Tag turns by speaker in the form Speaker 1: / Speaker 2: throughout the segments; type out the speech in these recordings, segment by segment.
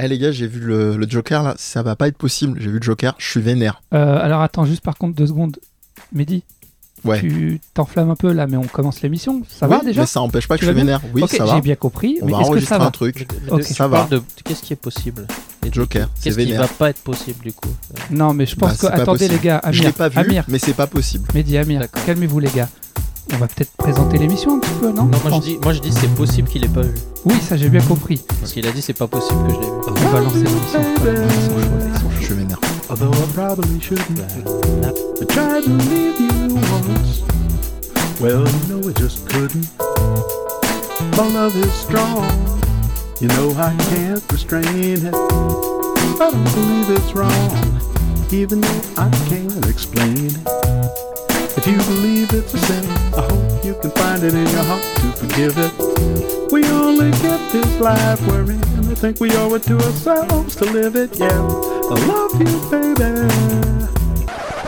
Speaker 1: Eh les gars, j'ai vu le, le Joker là, ça va pas être possible. J'ai vu le Joker, je suis vénère.
Speaker 2: Euh, alors attends, juste par contre deux secondes. Mehdi,
Speaker 1: Ouais.
Speaker 2: tu t'enflammes un peu là, mais on commence l'émission. Ça
Speaker 1: oui,
Speaker 2: va déjà
Speaker 1: mais ça empêche pas que
Speaker 2: Tu
Speaker 1: je suis
Speaker 2: vas bien
Speaker 1: vénère. Oui,
Speaker 2: Ok,
Speaker 1: ça va.
Speaker 2: j'ai bien compris.
Speaker 1: On
Speaker 2: mais
Speaker 1: va
Speaker 2: est-ce que
Speaker 1: enregistrer
Speaker 2: ça va
Speaker 1: un truc.
Speaker 3: Mais
Speaker 2: Ok,
Speaker 3: de- tu
Speaker 1: ça va.
Speaker 3: parles de, de qu'est-ce qui est possible et de-
Speaker 1: Joker, c'est
Speaker 3: Qu'est-ce qui
Speaker 1: vénère.
Speaker 3: va pas être possible du coup Euh,
Speaker 2: Non, mais je pense
Speaker 1: Bah,
Speaker 2: que.
Speaker 1: c'est pas
Speaker 2: Attendez,
Speaker 1: possible.
Speaker 2: les gars,
Speaker 1: je l'ai
Speaker 2: Amir,
Speaker 1: pas vu,
Speaker 2: Amir,
Speaker 1: mais c'est pas possible.
Speaker 2: Mehdi, Amir,
Speaker 3: D'accord.
Speaker 2: calmez-vous, les gars. On va peut-être présenter l'émission un petit peu, non
Speaker 3: Non, moi je
Speaker 2: pense.
Speaker 3: dis, moi je dis c'est possible qu'il ait pas vu.
Speaker 2: Oui, ça j'ai bien compris.
Speaker 3: Parce qu'il a dit c'est pas possible que je l'ai vu.
Speaker 1: Ah.
Speaker 2: On va lancer l'émission.
Speaker 1: Ils sont chauds, là, ils sont chauds. Je suis vénère.
Speaker 4: Although I probably shouldn't
Speaker 3: Bah,
Speaker 4: I tried to leave you once Well, you know I just couldn't My love is strong You know I can't restrain it I don't believe it's wrong Even though I can't explain it If you believe it's a sin I hope you can find it in your heart to forgive it We only get this life we're in I think we owe it to ourselves to live it, yeah I love you, baby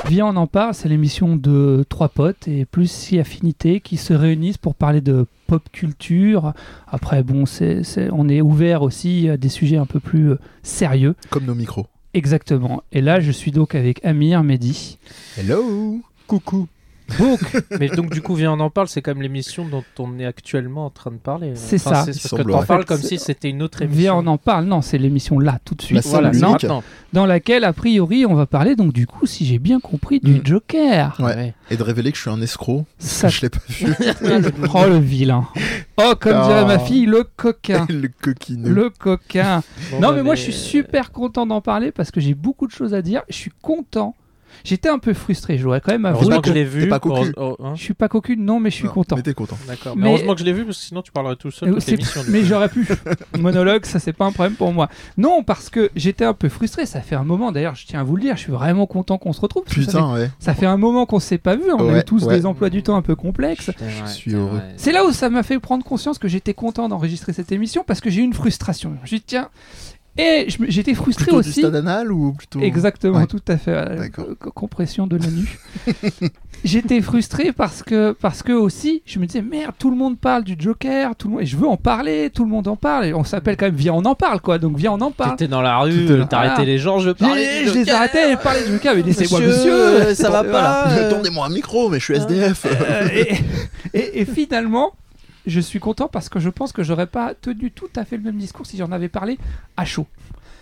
Speaker 2: Viens, on en parle, c'est l'émission de trois potes et plus si affinités qui se réunissent pour parler de pop culture. Après, bon, c'est, c'est- on est ouvert aussi à des sujets un peu plus euh, sérieux.
Speaker 1: Comme nos micros.
Speaker 2: Exactement. Et là, je suis donc avec Amir Mehdi.
Speaker 1: Hello
Speaker 3: Coucou. Donc, mais donc du coup, viens, on en parle. C'est comme l'émission dont on est actuellement en train de parler.
Speaker 2: C'est
Speaker 3: Enfin,
Speaker 2: ça.
Speaker 3: C'est
Speaker 1: Il
Speaker 3: parce que
Speaker 1: semblerait.
Speaker 3: t'en parles comme
Speaker 2: C'est-
Speaker 3: si c'était une autre
Speaker 2: Viens,
Speaker 3: émission.
Speaker 2: on en parle. Non, c'est l'émission là, tout de
Speaker 1: La
Speaker 2: suite.
Speaker 1: seule
Speaker 3: Voilà,
Speaker 1: unique.
Speaker 3: c'est maintenant.
Speaker 2: Dans laquelle, a priori, on va parler donc du coup, si j'ai bien compris, du
Speaker 1: Mm.
Speaker 2: Joker.
Speaker 1: Ouais.
Speaker 3: Ouais.
Speaker 1: Et de révéler que je suis un escroc.
Speaker 2: Ça
Speaker 1: Je l'ai pas vu.
Speaker 2: Oh le vilain. Oh comme
Speaker 1: Ah.
Speaker 2: dirait ma fille, le coquin.
Speaker 1: le coquineux.
Speaker 2: Le coquin.
Speaker 3: Bon,
Speaker 2: non
Speaker 3: bah,
Speaker 2: mais moi je suis super content d'en parler parce que j'ai beaucoup de choses à dire. Je suis content. J'étais un peu frustré, je dois quand même avouer
Speaker 3: Heureusement
Speaker 2: que
Speaker 3: que je l'ai vu.
Speaker 1: t'es pas cocu.
Speaker 3: Heureuse- oh, hein.
Speaker 2: je suis pas cocu, non mais je suis
Speaker 1: Non,
Speaker 2: content.
Speaker 1: Mais t'es content.
Speaker 3: D'accord. Mais,
Speaker 2: Mais-
Speaker 3: heureusement que je l'ai vu parce que sinon tu parlerais tout seul
Speaker 2: Euh,
Speaker 3: toute
Speaker 2: c'est-
Speaker 3: l'émission. du
Speaker 2: mais
Speaker 3: coup.
Speaker 2: j'aurais pu. Monologue, ça c'est pas un problème pour moi. Non parce que j'étais un peu frustré, ça fait un moment d'ailleurs, je tiens à vous le dire, je suis vraiment content qu'on se retrouve. parce que ça
Speaker 1: Putain, ouais.
Speaker 2: fait- ça fait un moment qu'on s'est pas vu, on a
Speaker 1: Ouais,
Speaker 2: eu tous
Speaker 1: ouais.
Speaker 2: des emplois du temps un peu complexes.
Speaker 3: Putain, ouais,
Speaker 1: suis
Speaker 3: putain,
Speaker 1: heureux.
Speaker 3: ouais.
Speaker 2: C'est là où ça m'a fait prendre conscience que j'étais content d'enregistrer cette émission parce que j'ai eu une frustration. Je me suis dit, tiens, et je me- j'étais frustré
Speaker 1: Plutôt du
Speaker 2: aussi.
Speaker 1: stade anal ou plutôt.
Speaker 2: Exactement,
Speaker 1: Ouais.
Speaker 2: tout à fait. euh,
Speaker 1: D'accord.
Speaker 2: co- compression de la nuque. j'étais frustré parce que, parce que aussi, je me disais, merde, tout le monde parle du Joker, tout le monde, et je veux en parler, tout le monde en parle, et on s'appelle quand même, viens, on en parle, quoi, donc viens, on en parle.
Speaker 3: T'étais dans la
Speaker 1: Tout à
Speaker 3: rue,
Speaker 1: l'heure.
Speaker 3: t'arrêtais
Speaker 2: Voilà.
Speaker 3: les gens, je veux parler.
Speaker 2: J'ai-
Speaker 3: du
Speaker 2: Je les
Speaker 3: Joker.
Speaker 2: arrêtais, et parler du Joker, mais laissez-moi,
Speaker 3: Monsieur,
Speaker 2: monsieur,
Speaker 3: euh, ça va
Speaker 2: voilà.
Speaker 3: pas. euh,
Speaker 1: Attendez-moi un micro, mais je suis SDF.
Speaker 2: Euh, et, et- et finalement, je suis content parce que je pense que j'aurais pas tenu tout à fait le même discours si j'en avais parlé à chaud.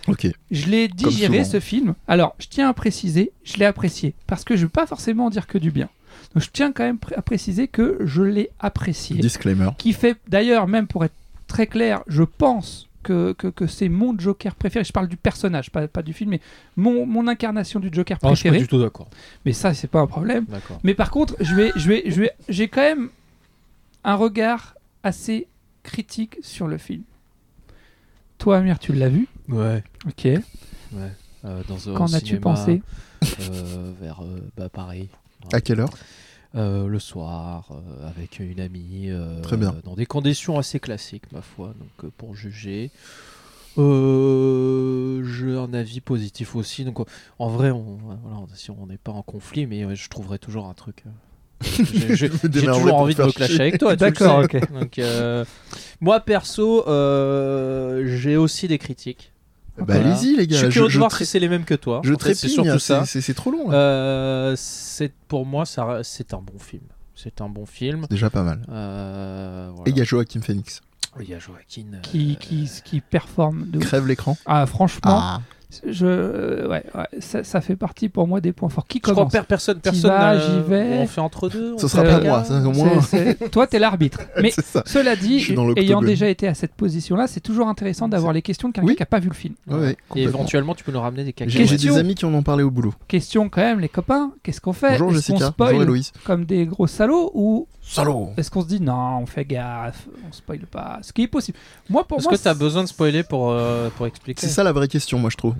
Speaker 1: ok.
Speaker 2: Je l'ai digéré
Speaker 1: souvent.
Speaker 2: ce film. Alors, je tiens à préciser, je l'ai apprécié parce que je veux pas forcément dire que du bien. Donc, je tiens quand même pr- à préciser que je l'ai apprécié.
Speaker 1: Disclaimer.
Speaker 2: Qui fait d'ailleurs, même pour être très clair, je pense que, que, que c'est mon Joker préféré. Je parle du personnage, pas, pas du film, mais mon, mon incarnation du Joker
Speaker 3: Non, Oh, je suis pas
Speaker 2: préféré.
Speaker 3: du tout d'accord.
Speaker 2: Mais ça, c'est pas un problème.
Speaker 3: D'accord.
Speaker 2: Mais par contre, je vais, je vais, je vais, j'ai quand même un regard assez critique sur le film. Toi, Amir, tu l'as vu
Speaker 3: Ouais.
Speaker 2: Ok.
Speaker 3: Euh, dans un
Speaker 2: Qu'en as-tu
Speaker 3: cinéma,
Speaker 2: pensé
Speaker 3: euh, Vers euh, bah, Paris.
Speaker 1: À quelle heure
Speaker 3: Euh, le soir euh, avec une amie euh,
Speaker 1: Très bien.
Speaker 3: euh, dans des conditions assez classiques ma foi donc euh, pour juger Euh, j'ai un avis positif aussi donc euh, en vrai on voilà, on- si on n'est pas en conflit mais euh, je trouverai toujours un truc euh, j'ai- j'ai j'ai
Speaker 1: démerderai
Speaker 3: toujours
Speaker 1: pour
Speaker 3: envie de
Speaker 1: faire
Speaker 3: me clasher
Speaker 1: chier.
Speaker 3: avec toi tu le
Speaker 2: D'accord,
Speaker 3: sais. Donc, euh, moi perso euh, j'ai aussi des critiques
Speaker 1: Bah
Speaker 3: Voilà.
Speaker 1: allez-y, les
Speaker 3: je
Speaker 1: gars.
Speaker 3: suis curieux de voir
Speaker 1: tré-
Speaker 3: si c'est les mêmes que toi
Speaker 1: je
Speaker 3: En fait, c'est
Speaker 1: trépigne, hein,
Speaker 3: surtout ça
Speaker 1: c'est- c'est c'est trop long là.
Speaker 3: euh, c'est pour moi, ça, c'est un bon film. C'est un bon film.
Speaker 1: C'est Déjà pas mal.
Speaker 3: Euh, voilà.
Speaker 1: Et il y a Joachim Phoenix.
Speaker 3: Il y a Joaquin. euh,
Speaker 2: qui, qui, qui performe de ouf.
Speaker 1: Crève l'écran.
Speaker 2: Ah, franchement, je, euh, ouais, ouais, ça, ça fait partie pour moi des points forts. Qui
Speaker 3: Je crois
Speaker 2: commence
Speaker 3: per- personne,
Speaker 2: T'y
Speaker 3: personne.
Speaker 2: vas,
Speaker 3: n'a-
Speaker 2: j'y vais.
Speaker 3: On fait entre deux.
Speaker 1: Ce
Speaker 3: on
Speaker 1: sera
Speaker 3: fait
Speaker 2: pas
Speaker 3: un
Speaker 1: moi,
Speaker 3: gars.
Speaker 1: ça, au moins.
Speaker 2: C'est- c'est- Toi, t'es l'arbitre. Mais
Speaker 1: C'est ça.
Speaker 2: cela
Speaker 1: Je
Speaker 2: dit,
Speaker 1: suis dans l'octogone.
Speaker 2: ayant déjà été à cette position-là, c'est toujours intéressant d'avoir les questions de quelqu'un
Speaker 1: Oui.
Speaker 2: qui n'a pas vu le film.
Speaker 1: Ouais, ouais,
Speaker 3: Et
Speaker 1: complètement.
Speaker 3: éventuellement, tu peux nous ramener des
Speaker 1: J'ai
Speaker 3: cacahuètes.
Speaker 1: j'ai
Speaker 2: Question.
Speaker 1: des amis qui en ont parlé au boulot.
Speaker 2: Question quand même, les copains, qu'est-ce qu'on fait
Speaker 1: Bonjour
Speaker 2: Est-ce qu'on
Speaker 1: Jessica,
Speaker 2: spoil
Speaker 1: bonjour Héloïse.
Speaker 2: comme des gros salauds ou
Speaker 1: Salaud
Speaker 2: Est-ce qu'on se dit non, on fait gaffe, on spoil pas Ce qui est possible. Moi, pour
Speaker 3: Est-ce
Speaker 2: moi,
Speaker 3: que t'as
Speaker 2: c'est-
Speaker 3: besoin de spoiler pour, euh, pour expliquer
Speaker 1: C'est ça la vraie question, moi je trouve.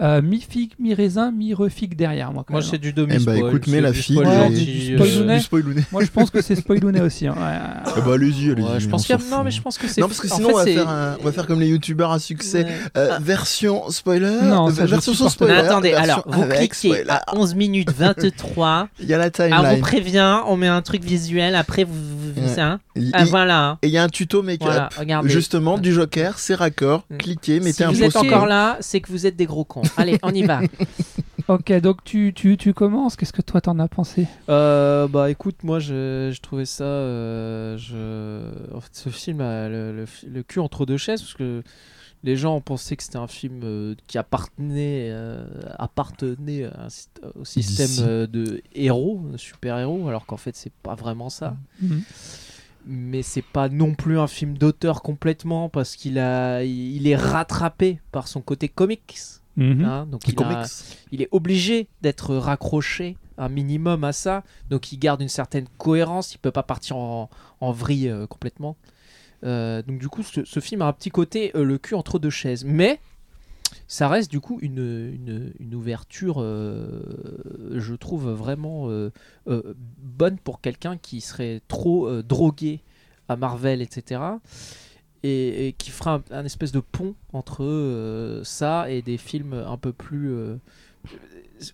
Speaker 2: euh, mi-figue, mi-raisin, mi-refigue derrière moi. Quand
Speaker 3: Moi,
Speaker 2: même. hein.
Speaker 3: c'est du
Speaker 1: Eh
Speaker 3: demi-spoil.
Speaker 1: bah écoute,
Speaker 3: c'est
Speaker 1: mets la
Speaker 3: du
Speaker 1: fille.
Speaker 3: spoil
Speaker 2: Ouais,
Speaker 1: et-
Speaker 3: gentil,
Speaker 2: du spoilounet.
Speaker 3: euh,
Speaker 1: Du spoilounet.
Speaker 2: moi, je pense que c'est spoilouné aussi. hein, ouais.
Speaker 1: Ah bah allez-y, allez-y.
Speaker 3: ouais, je
Speaker 1: on
Speaker 3: pense
Speaker 1: s'en
Speaker 3: qu'il y a...
Speaker 1: fout.
Speaker 3: Non, mais je pense que c'est...
Speaker 1: Non, parce que
Speaker 3: en
Speaker 1: sinon
Speaker 3: fait,
Speaker 1: on, va
Speaker 3: c'est-
Speaker 1: faire un- on va faire comme les youtubeurs à succès.
Speaker 3: Ouais. Ah.
Speaker 1: Euh, Version spoiler,
Speaker 2: Non,
Speaker 1: euh,
Speaker 2: ça, je
Speaker 1: version sans
Speaker 2: supporte pas.
Speaker 1: spoiler.
Speaker 2: Mais
Speaker 1: version avec spoiler.
Speaker 3: 11 minutes 23.
Speaker 1: Il y a la
Speaker 3: Ah,
Speaker 1: timeline.
Speaker 3: prévient, on met un truc visuel, après vous, vous-
Speaker 1: Ouais.
Speaker 5: ça. hein.
Speaker 1: Et
Speaker 5: Ah, voilà.
Speaker 1: il y a un tuto make-up,
Speaker 5: Voilà, regardez.
Speaker 1: justement, du Joker, c'est raccord,
Speaker 5: Mm.
Speaker 1: cliquez, mettez
Speaker 5: si
Speaker 1: un
Speaker 5: vous êtes
Speaker 1: pouce.
Speaker 5: encore là, c'est que vous êtes des gros cons. Allez, on y va.
Speaker 2: Ok, donc tu, tu, tu commences. Qu'est-ce que toi t'en as pensé
Speaker 3: Euh, bah écoute, moi je, je trouvais ça. euh, je... En fait, ce film a le, le fi- le cul entre deux chaises parce que les gens ont pensé que c'était un film euh, qui appartenait, euh, appartenait à un syst- au
Speaker 1: D'ici.
Speaker 3: système euh, de héros, de super-héros, alors qu'en fait c'est pas vraiment ça.
Speaker 2: Mhm.
Speaker 3: Mais c'est pas non plus un film d'auteur complètement parce qu'il a, il il est rattrapé par son côté comics. hein, donc
Speaker 1: Les
Speaker 3: il a-
Speaker 1: comics.
Speaker 3: il est obligé d'être raccroché un minimum à ça, donc il garde une certaine cohérence, il peut pas partir en, en vrille euh, complètement. Euh, donc du coup, ce, ce film a un petit côté euh, le cul entre deux chaises, mais ça reste du coup une, une, une ouverture, euh, je trouve vraiment euh, euh, bonne pour quelqu'un qui serait trop euh, drogué à Marvel, etc. Et, et qui fera un, un espèce de pont entre euh, ça et des films un peu plus euh,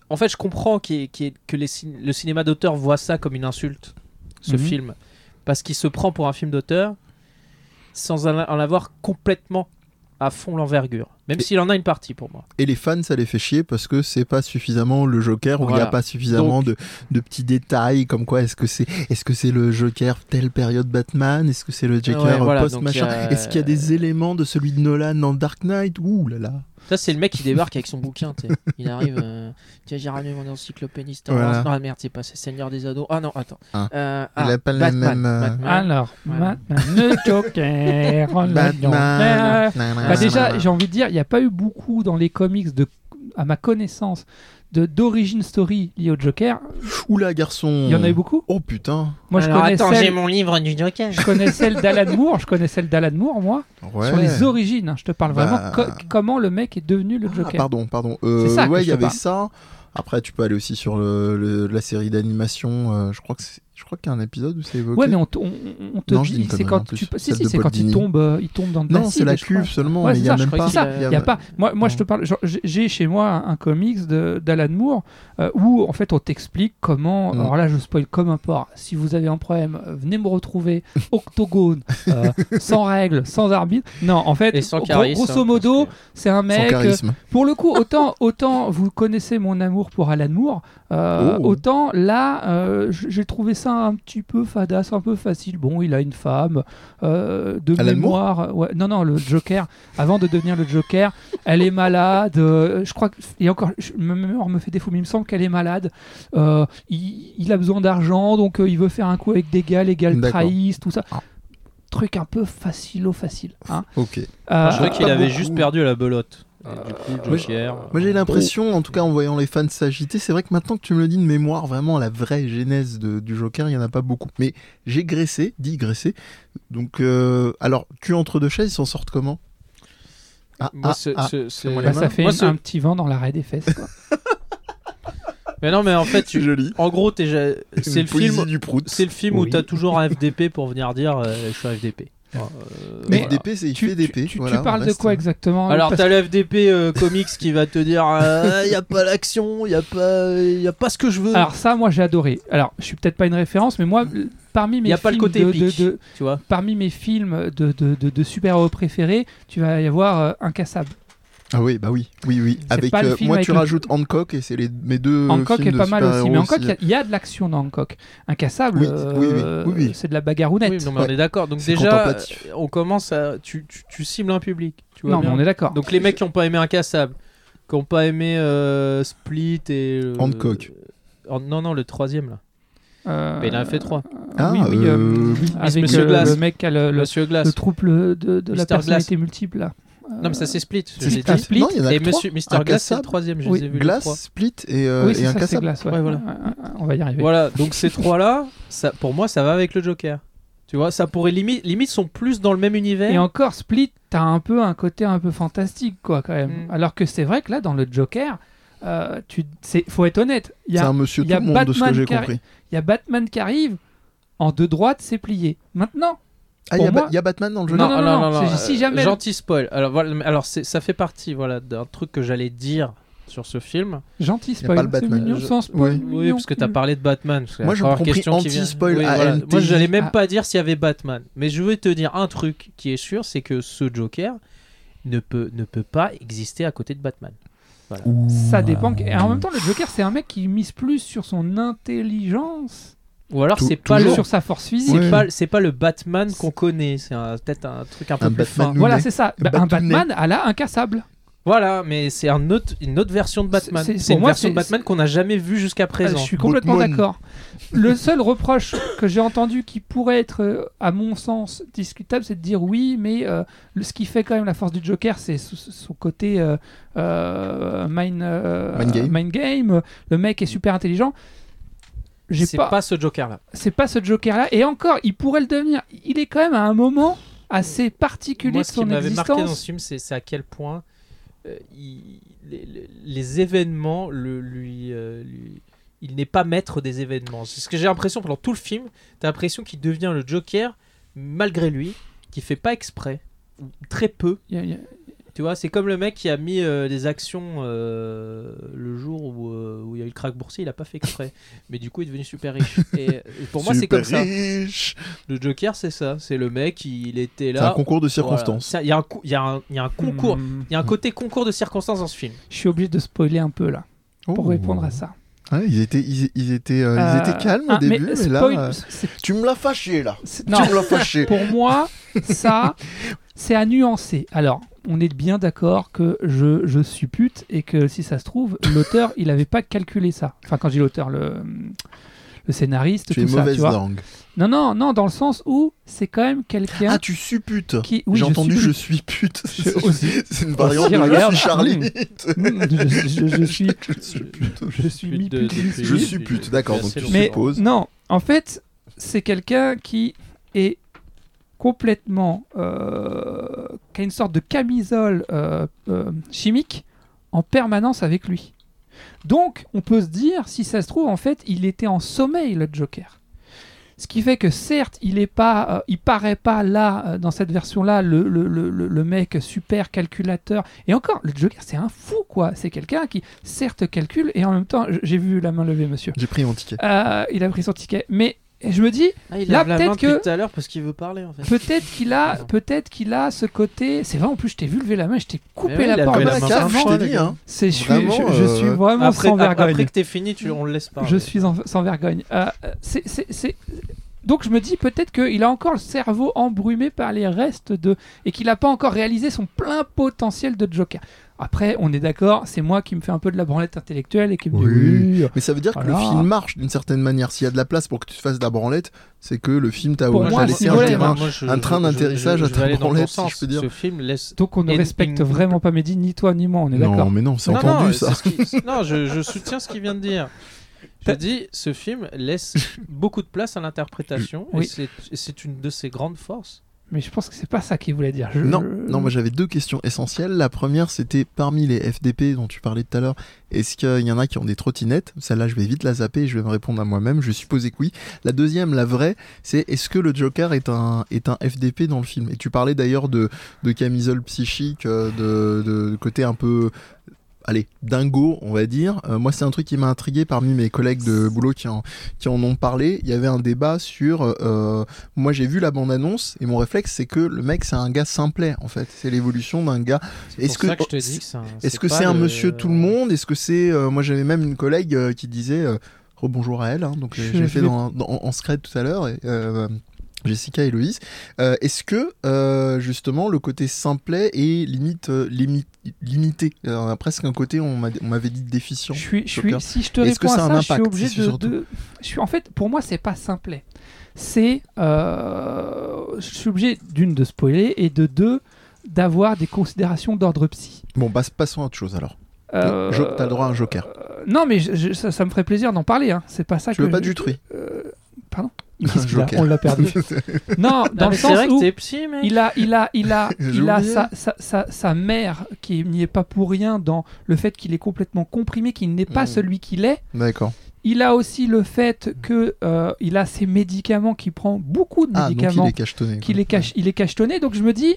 Speaker 3: en fait, je comprends qu'il y ait- qu'il y ait- que les cin- le cinéma d'auteur voit ça comme une insulte, ce
Speaker 2: Mhm.
Speaker 3: film. Parce qu'il se prend pour un film d'auteur sans en en avoir complètement à fond l'envergure. Même
Speaker 1: Et-
Speaker 3: s'il en a une partie pour moi.
Speaker 1: Et les fans, ça les fait chier parce que c'est pas suffisamment le Joker ou il n'y a
Speaker 3: Voilà.
Speaker 1: pas suffisamment de, de petits détails comme quoi est-ce que c'est est-ce que c'est le Joker telle période Batman est-ce que c'est le Joker
Speaker 3: Ouais, voilà,
Speaker 1: post
Speaker 3: donc,
Speaker 1: machin
Speaker 3: euh,
Speaker 1: est-ce qu'il y a des éléments de celui de Nolan dans Dark Knight ouh là là
Speaker 3: Ça, c'est le mec qui débarque avec son bouquin. t'sais. Il arrive. euh, Tiens, j'ai ramené mon encyclopédie Star Wars.
Speaker 1: Voilà.
Speaker 3: Non, ah, merde, c'est pas c'est Seigneur des Anneaux. Ah non, attends.
Speaker 1: Ah.
Speaker 3: Euh,
Speaker 1: Il a pas la même, euh,
Speaker 5: Mm-hmm.
Speaker 3: Batman.
Speaker 2: Alors,
Speaker 3: Voilà.
Speaker 2: maintenant, le Joker. oh là là.
Speaker 1: Batman Ah, nanana.
Speaker 2: Bah déjà, j'ai envie de dire, il n'y a pas eu beaucoup dans les comics, de, à ma connaissance, de d'origin story liée au Joker.
Speaker 1: oula garçon
Speaker 2: Il y en a eu beaucoup
Speaker 1: oh putain
Speaker 2: Moi, je
Speaker 5: Alors,
Speaker 2: connais,
Speaker 5: attends, j'ai
Speaker 2: celle,
Speaker 5: mon livre du Joker.
Speaker 2: je connais celle d'Alan Moore, je connais celle d'Alan Moore, moi,
Speaker 1: ouais.
Speaker 2: sur les origines. hein, je te parle
Speaker 1: Bah.
Speaker 2: vraiment co- comment le mec est devenu le
Speaker 1: Ah,
Speaker 2: Joker.
Speaker 1: pardon pardon Euh,
Speaker 2: C'est ça que
Speaker 1: ouais
Speaker 2: je
Speaker 1: il
Speaker 2: te
Speaker 1: y avait
Speaker 2: parle.
Speaker 1: ça après tu peux aller aussi sur le, le- la série d'animation euh, je crois que c'est- je crois qu'il y a un épisode où c'est évoqué
Speaker 2: ouais, mais on, t- on- on te
Speaker 1: Non, je dis
Speaker 2: dit,
Speaker 1: une
Speaker 2: c'est
Speaker 1: connerie, en
Speaker 2: quand
Speaker 1: plus.
Speaker 2: tu, si,
Speaker 1: Celle
Speaker 2: si,
Speaker 1: de
Speaker 2: c'est quand il
Speaker 1: Boldini.
Speaker 2: tombe, euh, il tombe dans de
Speaker 1: non c'est la
Speaker 2: l'acide, je crois.
Speaker 1: cuve seulement
Speaker 2: Ouais,
Speaker 1: mais il
Speaker 2: c'est
Speaker 1: y a
Speaker 2: ça, je
Speaker 1: même
Speaker 3: crois
Speaker 1: pas
Speaker 3: qu'il a-
Speaker 1: il y a-
Speaker 2: Il y a pas. Moi, moi, je te
Speaker 3: Non.
Speaker 2: parle. genre, j'ai- J'ai chez moi un, un comics de- d'Alan Moore euh, où en fait on t'explique comment.
Speaker 1: Mm.
Speaker 2: Alors là, je spoil comme un porc. Si vous avez un problème, euh, venez me retrouver. Octogone, euh, sans règles, sans arbitre. Non, en fait,
Speaker 3: Et sans
Speaker 2: gro-
Speaker 3: charisme.
Speaker 2: grosso
Speaker 3: hein,
Speaker 2: modo,
Speaker 3: parce
Speaker 2: c'est un
Speaker 1: sans
Speaker 2: mec. euh,
Speaker 1: charisme
Speaker 2: pour le coup, autant autant vous connaissez mon amour pour Alan Moore, euh,
Speaker 1: Oh.
Speaker 2: autant là, euh, j- j'ai trouvé ça un petit peu fadasse, un peu facile. Bon, il a une femme euh, de
Speaker 1: Alan Moore
Speaker 2: mémoire. euh, ouais, non, non, le Joker. Avant de devenir le Joker, elle est malade. euh, je crois que et encore, je, ma mémoire me fait défaut, mais il me semble qu'elle est malade. Euh, il, il a besoin d'argent, donc euh, il veut faire un coup avec des gars, les gars le
Speaker 1: D'accord.
Speaker 2: trahissent, tout ça.
Speaker 1: Ah.
Speaker 2: Truc un peu facilo facile. Hein.
Speaker 1: ok
Speaker 2: Euh,
Speaker 3: que- Je crois qu'il
Speaker 1: pas
Speaker 3: avait
Speaker 1: beaucoup.
Speaker 3: juste perdu la belote. Et du coup,
Speaker 1: moi,
Speaker 3: le
Speaker 1: j'ai-
Speaker 3: Joker.
Speaker 2: Ah,
Speaker 1: Moi
Speaker 2: Euh,
Speaker 1: j'ai l'impression, en tout cas en voyant les fans s'agiter, c'est vrai que maintenant que tu me le dis de mémoire, vraiment la vraie genèse de- du Joker, il n'y en a pas beaucoup. Mais j'ai graissé, dit graissé. Donc, euh, alors, tu entre deux chaises, ils s'en sortent comment ah,
Speaker 3: Moi,
Speaker 1: ah,
Speaker 3: ce-
Speaker 1: ah.
Speaker 3: ce- ce-
Speaker 1: Fais-moi la
Speaker 2: Bah,
Speaker 1: main.
Speaker 2: ça fait
Speaker 3: Moi,
Speaker 2: un-
Speaker 3: ce-
Speaker 2: un petit vent dans l'arrêt des fesses. quoi.
Speaker 3: Mais non, mais en fait,
Speaker 1: C'est
Speaker 3: tu-
Speaker 1: joli.
Speaker 3: en gros, t'es ja- c'est
Speaker 1: Une
Speaker 3: le
Speaker 1: poésie
Speaker 3: film
Speaker 1: du prout.
Speaker 3: C'est le film où
Speaker 2: Oui.
Speaker 3: t'as toujours un FDP pour venir dire euh, je suis un FDP. Enfin, euh,
Speaker 2: Mais-
Speaker 3: voilà.
Speaker 1: FDP, c'est il
Speaker 2: tu,
Speaker 1: fait
Speaker 2: tu-
Speaker 1: DP.
Speaker 2: tu- tu
Speaker 1: voilà, on
Speaker 2: parles de
Speaker 1: reste-
Speaker 2: quoi exactement
Speaker 3: Alors
Speaker 2: Parce-
Speaker 3: t'as le FDP euh, comics qui va te dire il y a pas l'action, il y a pas y a pas ce que je veux.
Speaker 2: Alors ça, moi j'ai adoré. Alors je suis peut-être pas une référence, mais moi, l- parmi mes
Speaker 3: Hmm. Y a
Speaker 2: films
Speaker 3: pas le côté
Speaker 2: de,
Speaker 3: épique.
Speaker 2: de- de-
Speaker 3: tu vois.
Speaker 2: parmi mes films de, de, de- de super-héros préférés, tu vas y avoir euh, Incassable.
Speaker 1: Ah oui, bah oui, oui, oui.
Speaker 2: C'est
Speaker 1: Avec
Speaker 2: pas le
Speaker 1: euh,
Speaker 2: film
Speaker 1: moi,
Speaker 2: avec
Speaker 1: tu
Speaker 2: le-
Speaker 1: rajoutes Hancock et c'est les mes deux. euh,
Speaker 2: Hancock
Speaker 1: films
Speaker 2: est
Speaker 1: de
Speaker 2: pas mal aussi,
Speaker 1: super-héros
Speaker 2: mais Hancock, il y a- il y, a de l'action dans Hancock. Incassable,
Speaker 1: Oui,
Speaker 2: euh,
Speaker 1: oui, oui, oui, oui.
Speaker 2: c'est de la bagarrounette.
Speaker 3: Oui, non, mais on
Speaker 1: Ouais.
Speaker 3: est d'accord. Donc
Speaker 1: C'est
Speaker 3: déjà,
Speaker 1: contemplatif.
Speaker 3: euh, on commence à tu, tu, tu cibles un public. Tu vois
Speaker 2: non, mais
Speaker 3: bien.
Speaker 2: on est d'accord.
Speaker 3: Donc les mecs qui ont pas aimé Incassable, qui ont pas aimé euh, Split et euh,
Speaker 1: Hancock.
Speaker 3: euh, non non le troisième là.
Speaker 2: Euh,
Speaker 3: Mais Bah, il en a fait trois.
Speaker 1: Ah,
Speaker 2: oui, oui,
Speaker 1: euh,
Speaker 2: euh,
Speaker 1: oui.
Speaker 2: avec
Speaker 3: Monsieur
Speaker 2: euh,
Speaker 3: Glass.
Speaker 2: le mec qui a le, le,
Speaker 3: Monsieur Glass.
Speaker 2: le trouble de, de la
Speaker 3: Mr.
Speaker 2: personnalité multiple. Là.
Speaker 3: Non mais ça c'est Split. je
Speaker 1: C'est Split.
Speaker 3: l'ai
Speaker 2: ah,
Speaker 3: dit.
Speaker 1: Non, il y en a
Speaker 3: Et
Speaker 1: que trois.
Speaker 3: Monsieur Mister Glass c'est le
Speaker 1: Incassable.
Speaker 3: troisième. Je
Speaker 2: Oui.
Speaker 3: les ai vus les trois.
Speaker 1: Glace, Split et, euh,
Speaker 2: oui,
Speaker 1: et
Speaker 2: c'est ça, c'est
Speaker 1: Incassable.
Speaker 2: Glass. ouais.
Speaker 3: Ouais, voilà.
Speaker 2: Ouais, ouais, ouais, On va y arriver.
Speaker 3: Voilà, donc ces trois-là, ça, pour moi, ça va avec le Joker. Tu vois, ça pourrait limite, limite sont plus dans le même univers.
Speaker 2: Et encore, Split, t'as un peu un côté un peu fantastique, quoi, quand même.
Speaker 3: Mm.
Speaker 2: Alors que c'est vrai que là, dans le Joker, euh, tu, c'est, faut être honnête, il y
Speaker 1: C'est
Speaker 2: a,
Speaker 1: un monsieur
Speaker 2: il
Speaker 1: tout
Speaker 2: y a
Speaker 1: le monde de ce que
Speaker 2: Batman
Speaker 1: j'ai
Speaker 2: qui a-
Speaker 1: compris.
Speaker 2: il y a Batman qui arrive, en deux droites, c'est plié. Maintenant,
Speaker 1: Ah, il y a
Speaker 2: pour
Speaker 1: Ba-
Speaker 2: moi-
Speaker 1: il y a Batman dans le jeu.
Speaker 2: Non, non, non, c'est- si
Speaker 3: euh,
Speaker 2: jamais-
Speaker 3: Gentil spoil. Alors, voilà, mais- alors c'est- ça fait partie voilà, d'un truc que j'allais dire sur ce film.
Speaker 2: Gentil
Speaker 1: Y a pas le
Speaker 2: spoil, c'est
Speaker 1: Batman.
Speaker 2: mignon,
Speaker 3: Je-
Speaker 2: sans spoil.
Speaker 1: Oui.
Speaker 3: Oui,
Speaker 2: mignon.
Speaker 3: parce que t'as parlé de Batman. parce que
Speaker 1: Moi,
Speaker 3: la
Speaker 1: j'ai
Speaker 3: première
Speaker 1: compris
Speaker 3: question qui vient-
Speaker 1: anti-spoil
Speaker 3: Oui,
Speaker 1: à
Speaker 3: voilà.
Speaker 1: LTI.
Speaker 3: Moi, j'allais même
Speaker 2: Ah.
Speaker 3: pas dire s'il y avait Batman. Mais je veux te dire un truc qui est sûr, c'est que ce Joker ne peut, ne peut pas exister à côté de Batman.
Speaker 2: Ça dépend. que- Et
Speaker 1: Mm.
Speaker 2: en même temps, le Joker, c'est un mec qui mise plus sur son intelligence
Speaker 3: Ou alors,
Speaker 1: Tou-
Speaker 3: c'est pas,
Speaker 2: que
Speaker 3: le-
Speaker 1: toujours.
Speaker 2: sur sa force physique.
Speaker 1: Ouais.
Speaker 3: c'est pas, c'est pas le Batman qu'on connaît. C'est un- peut-être un truc un peu
Speaker 1: Un
Speaker 3: plus
Speaker 1: Batman
Speaker 3: fin.
Speaker 1: nouné.
Speaker 2: Voilà, c'est ça. Bah, un
Speaker 1: Batounet.
Speaker 2: Batman à la incassable.
Speaker 3: Voilà, mais c'est un autre, une autre version de Batman.
Speaker 2: C'est- c'est-
Speaker 3: C'est
Speaker 2: pour
Speaker 3: une
Speaker 2: moi,
Speaker 3: version de
Speaker 2: c'est-
Speaker 3: Batman qu'on n'a jamais vue jusqu'à
Speaker 2: Ah,
Speaker 3: présent.
Speaker 2: je suis complètement
Speaker 1: Batman.
Speaker 2: d'accord. Le seul reproche que j'ai entendu qui pourrait être, euh, à mon sens, discutable, c'est de dire oui, mais euh, le- ce qui fait quand même la force du Joker, c'est son- son côté euh, euh, mind, euh,
Speaker 1: Mind game.
Speaker 2: mind game. Le mec est super intelligent. J'ai
Speaker 3: C'est pas... ce Joker-là.
Speaker 2: c'est pas ce Joker-là. Et encore, il pourrait le devenir. Il est quand même à un moment assez particulier
Speaker 3: Moi,
Speaker 2: de
Speaker 3: ce qui
Speaker 2: son
Speaker 3: m'avait marqué dans
Speaker 2: existence.
Speaker 3: ce film, c'est c'est à quel point euh, il- les, les- les événements le, lui, euh, lui- Il n'est pas maître des événements. C'est ce que j'ai l'impression pendant tout le film. T'as l'impression qu'il devient le Joker malgré lui, qui fait pas exprès, ou très peu.
Speaker 2: Il y a- il y a-
Speaker 3: Tu vois, c'est comme le mec qui a mis euh, des actions euh, le jour où, euh, où il y a eu le crack boursier, il a pas fait exprès. Mais du coup, il est devenu super riche. Et, et pour moi, c'est
Speaker 1: Super
Speaker 3: comme ça.
Speaker 1: riche.
Speaker 3: Le Joker, c'est ça. C'est le mec, il était
Speaker 1: C'est un
Speaker 3: là.
Speaker 1: concours de
Speaker 3: Voilà.
Speaker 1: circonstances.
Speaker 3: Ça, Il y a un cou- il y, a un- il y a un concours.
Speaker 2: Hmm.
Speaker 3: Il y a un côté concours de circonstances dans ce film.
Speaker 2: Je suis obligé de spoiler un peu là pour
Speaker 1: Oh.
Speaker 2: répondre à ça.
Speaker 1: Ouais, ils étaient, ils, ils étaient, euh, ils étaient
Speaker 2: Euh,
Speaker 1: calmes
Speaker 2: ah,
Speaker 1: au début, mais, là,
Speaker 2: spoil-
Speaker 1: euh,
Speaker 2: c'est-
Speaker 1: tu me l'as fâché là.
Speaker 2: c'est- non,
Speaker 1: Tu me l'as fâché.
Speaker 2: pour moi, ça, c'est à nuancer. Alors, on est bien d'accord que je, je suppute et que si ça se trouve, l'auteur, il n'avait pas calculé ça. Enfin, quand je dis l'auteur, le, le scénariste,
Speaker 1: tu es
Speaker 2: tout ça,
Speaker 1: mauvaise
Speaker 2: tu vois.
Speaker 1: langue.
Speaker 2: Non, non, non, dans le sens où c'est quand même quelqu'un
Speaker 1: Ah, tu supputes.
Speaker 2: qui. oui,
Speaker 1: J'ai entendu,
Speaker 2: suppute.
Speaker 1: je suis pute.
Speaker 2: Je- aussi.
Speaker 1: C'est une variante
Speaker 2: Aussi,
Speaker 1: de je
Speaker 2: regarde.
Speaker 1: suis Charlie.
Speaker 2: Mm, je, je- je suis.
Speaker 1: Je suis pute.
Speaker 2: Je suis
Speaker 3: Depuis-
Speaker 2: mi-
Speaker 3: de- depuis-
Speaker 2: je
Speaker 1: Je
Speaker 3: depuis-
Speaker 1: suis pute,
Speaker 3: depuis
Speaker 1: d'accord. Donc
Speaker 3: assez
Speaker 1: tu
Speaker 3: longtemps.
Speaker 2: Mais
Speaker 1: supposes.
Speaker 2: non, en fait, c'est quelqu'un qui est complètement. euh, qui a une sorte de camisole euh, euh, chimique en permanence avec lui. Donc, on peut se dire, si ça se trouve, en fait, il était en sommeil, le Joker. Ce qui fait que certes, il est pas, euh, il paraît pas là euh, dans cette version-là le, le- le- le- le mec super calculateur. Et encore, le Joker, c'est un fou quoi. C'est quelqu'un qui certes calcule et en même temps, j- j'ai vu la main levée, monsieur.
Speaker 1: J'ai pris mon ticket.
Speaker 2: Euh, il a pris son ticket. Mais je me dis,
Speaker 3: Ah, il
Speaker 2: Là,
Speaker 3: lève la
Speaker 2: peut-être
Speaker 3: main
Speaker 2: que-
Speaker 3: depuis tout à l'heure parce qu'il veut parler en fait.
Speaker 2: peut-être qu'il a,
Speaker 3: Pardon.
Speaker 2: peut-être qu'il a ce côté. C'est vrai, en plus, je t'ai vu lever la main, je t'ai coupé
Speaker 3: Mais oui, il
Speaker 2: la
Speaker 3: a
Speaker 2: parole.
Speaker 3: levé la
Speaker 1: Ah,
Speaker 3: main.
Speaker 1: Caf, je
Speaker 3: Vraiment,
Speaker 1: t'ai
Speaker 3: les
Speaker 1: dit,
Speaker 3: gars.
Speaker 1: hein.
Speaker 2: C'est- je, suis, je-
Speaker 1: Vraiment,
Speaker 2: je
Speaker 1: euh,
Speaker 2: suis vraiment
Speaker 3: Après,
Speaker 2: sans
Speaker 3: ap-
Speaker 2: vergogne.
Speaker 3: après que t'es fini, tu, on le laisse parler.
Speaker 2: Je suis en- sans vergogne. Euh, euh, c'est- c'est- c'est- Donc je me dis peut-être qu'il a encore le cerveau embrumé par les restes de... et qu'il n'a pas encore réalisé son plein potentiel de Joker. Après, on est d'accord, c'est moi qui me fais un peu de la branlette intellectuelle et qui me
Speaker 1: Oui.
Speaker 2: dit oui.
Speaker 1: Mais ça veut dire que le
Speaker 2: Voilà.
Speaker 1: film marche d'une certaine manière. S'il y a de la place pour que tu te fasses de la branlette, c'est que le film t'a
Speaker 2: Pour
Speaker 1: t'a
Speaker 2: moi,
Speaker 1: laissé
Speaker 2: c'est
Speaker 1: un
Speaker 2: voilà,
Speaker 1: terrain.
Speaker 3: moi, je-
Speaker 1: un train
Speaker 3: je- je-
Speaker 1: d'atterrissage
Speaker 3: je-
Speaker 1: à
Speaker 3: je vais aller dans ton
Speaker 1: branlette, si
Speaker 3: sens.
Speaker 1: je peux dire.
Speaker 3: Ce film laisse.
Speaker 2: Donc on ne
Speaker 3: Et- et-
Speaker 2: respecte vraiment pas Mehdi, ni toi ni moi, on est
Speaker 1: Non,
Speaker 2: d'accord. euh,
Speaker 1: mais non, c'est
Speaker 3: Non,
Speaker 1: entendu
Speaker 3: non,
Speaker 1: ça.
Speaker 3: c'est ce qui- non, je, je soutiens ce qu'il vient de dire. Je dis, ce film laisse beaucoup de place à l'interprétation et
Speaker 2: Oui.
Speaker 3: c'est- et c'est une de ses grandes forces.
Speaker 2: Mais je pense que c'est pas ça qu'il voulait dire. Je-
Speaker 1: Non, non, moi j'avais deux questions essentielles. La première, c'était parmi les FDP dont tu parlais tout à l'heure, est-ce qu'il y en a qui ont des trottinettes Celle-là, je vais vite la zapper et je vais me répondre à moi-même. Je supposais que oui. La deuxième, la vraie, c'est est-ce que le Joker est un, est un FDP dans le film Et tu parlais d'ailleurs de, de camisole psychique, euh, de, de côté un peu. Allez, dingo, on va dire. Euh, moi, c'est un truc qui m'a intrigué parmi mes collègues de boulot qui en, qui en ont parlé. Il y avait un débat sur euh, moi, j'ai vu la bande-annonce et mon réflexe, c'est que le mec, c'est un gars simplet, en fait. C'est l'évolution d'un gars.
Speaker 3: C'est
Speaker 1: Est-ce
Speaker 3: pour
Speaker 1: que-
Speaker 3: ça que je te dis que c'est un-
Speaker 1: Est-ce que
Speaker 3: pas
Speaker 1: c'est un
Speaker 3: le-
Speaker 1: monsieur tout le monde Est-ce que c'est. euh, moi, j'avais même une collègue euh, qui disait. euh, Rebonjour à elle, hein, donc j'ai
Speaker 2: Je
Speaker 1: j'ai fait
Speaker 2: vais-
Speaker 1: dans, dans- en secret tout à l'heure, et, euh, Jessica et Loïs. Euh, Est-ce que, euh, justement, le côté simplet est limite, euh, limi- limité Euh, Presque un côté, on m'a- on m'avait dit déficient.
Speaker 2: Je suis, je suis-
Speaker 1: Joker.
Speaker 2: si je te
Speaker 1: Est-ce que
Speaker 2: réponds à
Speaker 1: ça a
Speaker 2: ça,
Speaker 1: un
Speaker 2: je suis
Speaker 1: impact,
Speaker 2: obligé
Speaker 1: c'est ce
Speaker 2: de,
Speaker 1: surtout
Speaker 2: de- Je suis, en fait, pour moi, c'est pas simplet. C'est. euh, je suis obligé, d'une, de spoiler, et de deux, d'avoir des considérations d'ordre psy.
Speaker 1: Bon, passe- passons à autre chose alors.
Speaker 2: Euh,
Speaker 1: Jo- T'as le droit à un joker.
Speaker 2: euh, non, mais je- je- ça, ça me ferait plaisir d'en parler. hein. C'est pas ça
Speaker 1: Tu
Speaker 2: que.
Speaker 1: veux pas du truc Ah,
Speaker 2: euh, pardon Qu'est-ce qu'il a
Speaker 1: joker.
Speaker 2: On l'a perdu. non,
Speaker 3: Non,
Speaker 2: dans
Speaker 3: mais
Speaker 2: le
Speaker 3: c'est
Speaker 2: sens
Speaker 3: vrai
Speaker 2: où.
Speaker 3: que t'es psy, mec.
Speaker 2: Il a, il a, il a,
Speaker 1: J'ai
Speaker 2: il a
Speaker 1: oublié.
Speaker 2: sa, sa, sa, sa mère qui n'y est pas pour rien dans le fait qu'il est complètement comprimé, qu'il n'est pas
Speaker 1: Mm.
Speaker 2: celui qu'il est.
Speaker 1: D'accord.
Speaker 2: Il a aussi le fait que euh, il a ses médicaments qu'il prend beaucoup de
Speaker 1: Ah, donc
Speaker 2: médicaments,
Speaker 1: il est cachetonné.
Speaker 2: qu'il est, cache, il est cachetonné. Donc je me dis,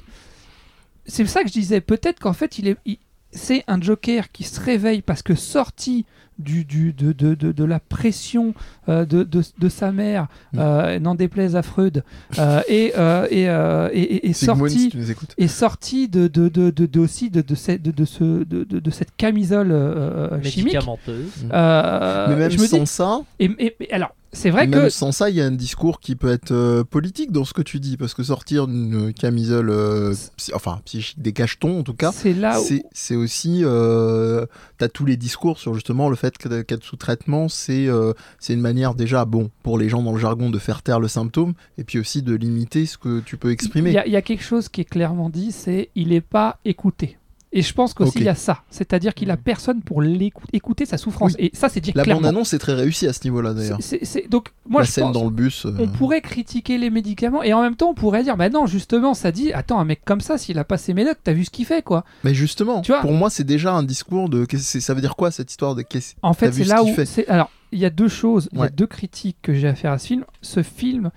Speaker 2: c'est ça que je disais. Peut-être qu'en fait il est, il- c'est un Joker qui se réveille parce que sorti du, du, de, de, de, de la pression euh, de, de, de sa mère,
Speaker 1: Mm.
Speaker 2: euh, n'en déplaise à Freud, euh, et, euh, et, euh, et, et- et
Speaker 1: Sigmund, si
Speaker 2: sorti
Speaker 1: tu nous écoutes.
Speaker 2: est sorti de, de, de, de, de- aussi de, de, cette, de, de ce, de, de- de cette camisole euh, euh, chimique.
Speaker 3: médicamenteuse.
Speaker 2: Euh,
Speaker 1: mais même
Speaker 2: je me
Speaker 1: sans
Speaker 2: dis,
Speaker 1: ça,
Speaker 2: et, et- et alors c'est vrai
Speaker 1: même
Speaker 2: que
Speaker 1: sans ça, il y a un discours qui peut être euh, politique dans ce que tu dis, parce que sortir d'une camisole, euh, psy- enfin psychique, des cachetons en tout cas,
Speaker 2: c'est là où
Speaker 1: c'est- c'est aussi, euh, t'as tous les discours sur justement le fait que- qu'être sous traitement, c'est euh, c'est une manière déjà, bon, pour les gens dans le jargon, de faire taire le symptôme, et puis aussi de limiter ce que tu peux
Speaker 2: il
Speaker 1: exprimer.
Speaker 2: y, a- il y a quelque chose qui est clairement dit, c'est il n'est pas écouté. Et je pense qu'aussi
Speaker 1: Ok. Mmh.
Speaker 2: il y a ça, c'est-à-dire qu'il a personne pour l'écou- écouter sa souffrance. Et ça c'est dit
Speaker 1: La
Speaker 2: clairement.
Speaker 1: bande-annonce est très réussie à ce niveau-là d'ailleurs.
Speaker 2: C'est- c'est- c'est- Donc moi
Speaker 1: La
Speaker 2: je
Speaker 1: scène
Speaker 2: pense,
Speaker 1: dans le bus. euh,
Speaker 2: on pourrait critiquer les médicaments et en même temps on pourrait dire, bah non justement ça dit, attends un mec comme ça s'il a pas ses médocs, t'as vu ce qu'il fait quoi.
Speaker 1: Mais justement,
Speaker 2: Tu vois-
Speaker 1: pour moi, c'est déjà un discours de. qu'est-ce- c'est- Ça veut dire quoi cette histoire de. qu'est-ce-
Speaker 2: En
Speaker 1: T'as
Speaker 2: fait,
Speaker 1: vu ce
Speaker 2: c'est là
Speaker 1: qu'il
Speaker 2: où.
Speaker 1: fait
Speaker 2: c'est- Alors, il y a deux choses, il y
Speaker 1: Ouais.
Speaker 2: a deux critiques que j'ai à faire à ce film. Ce film,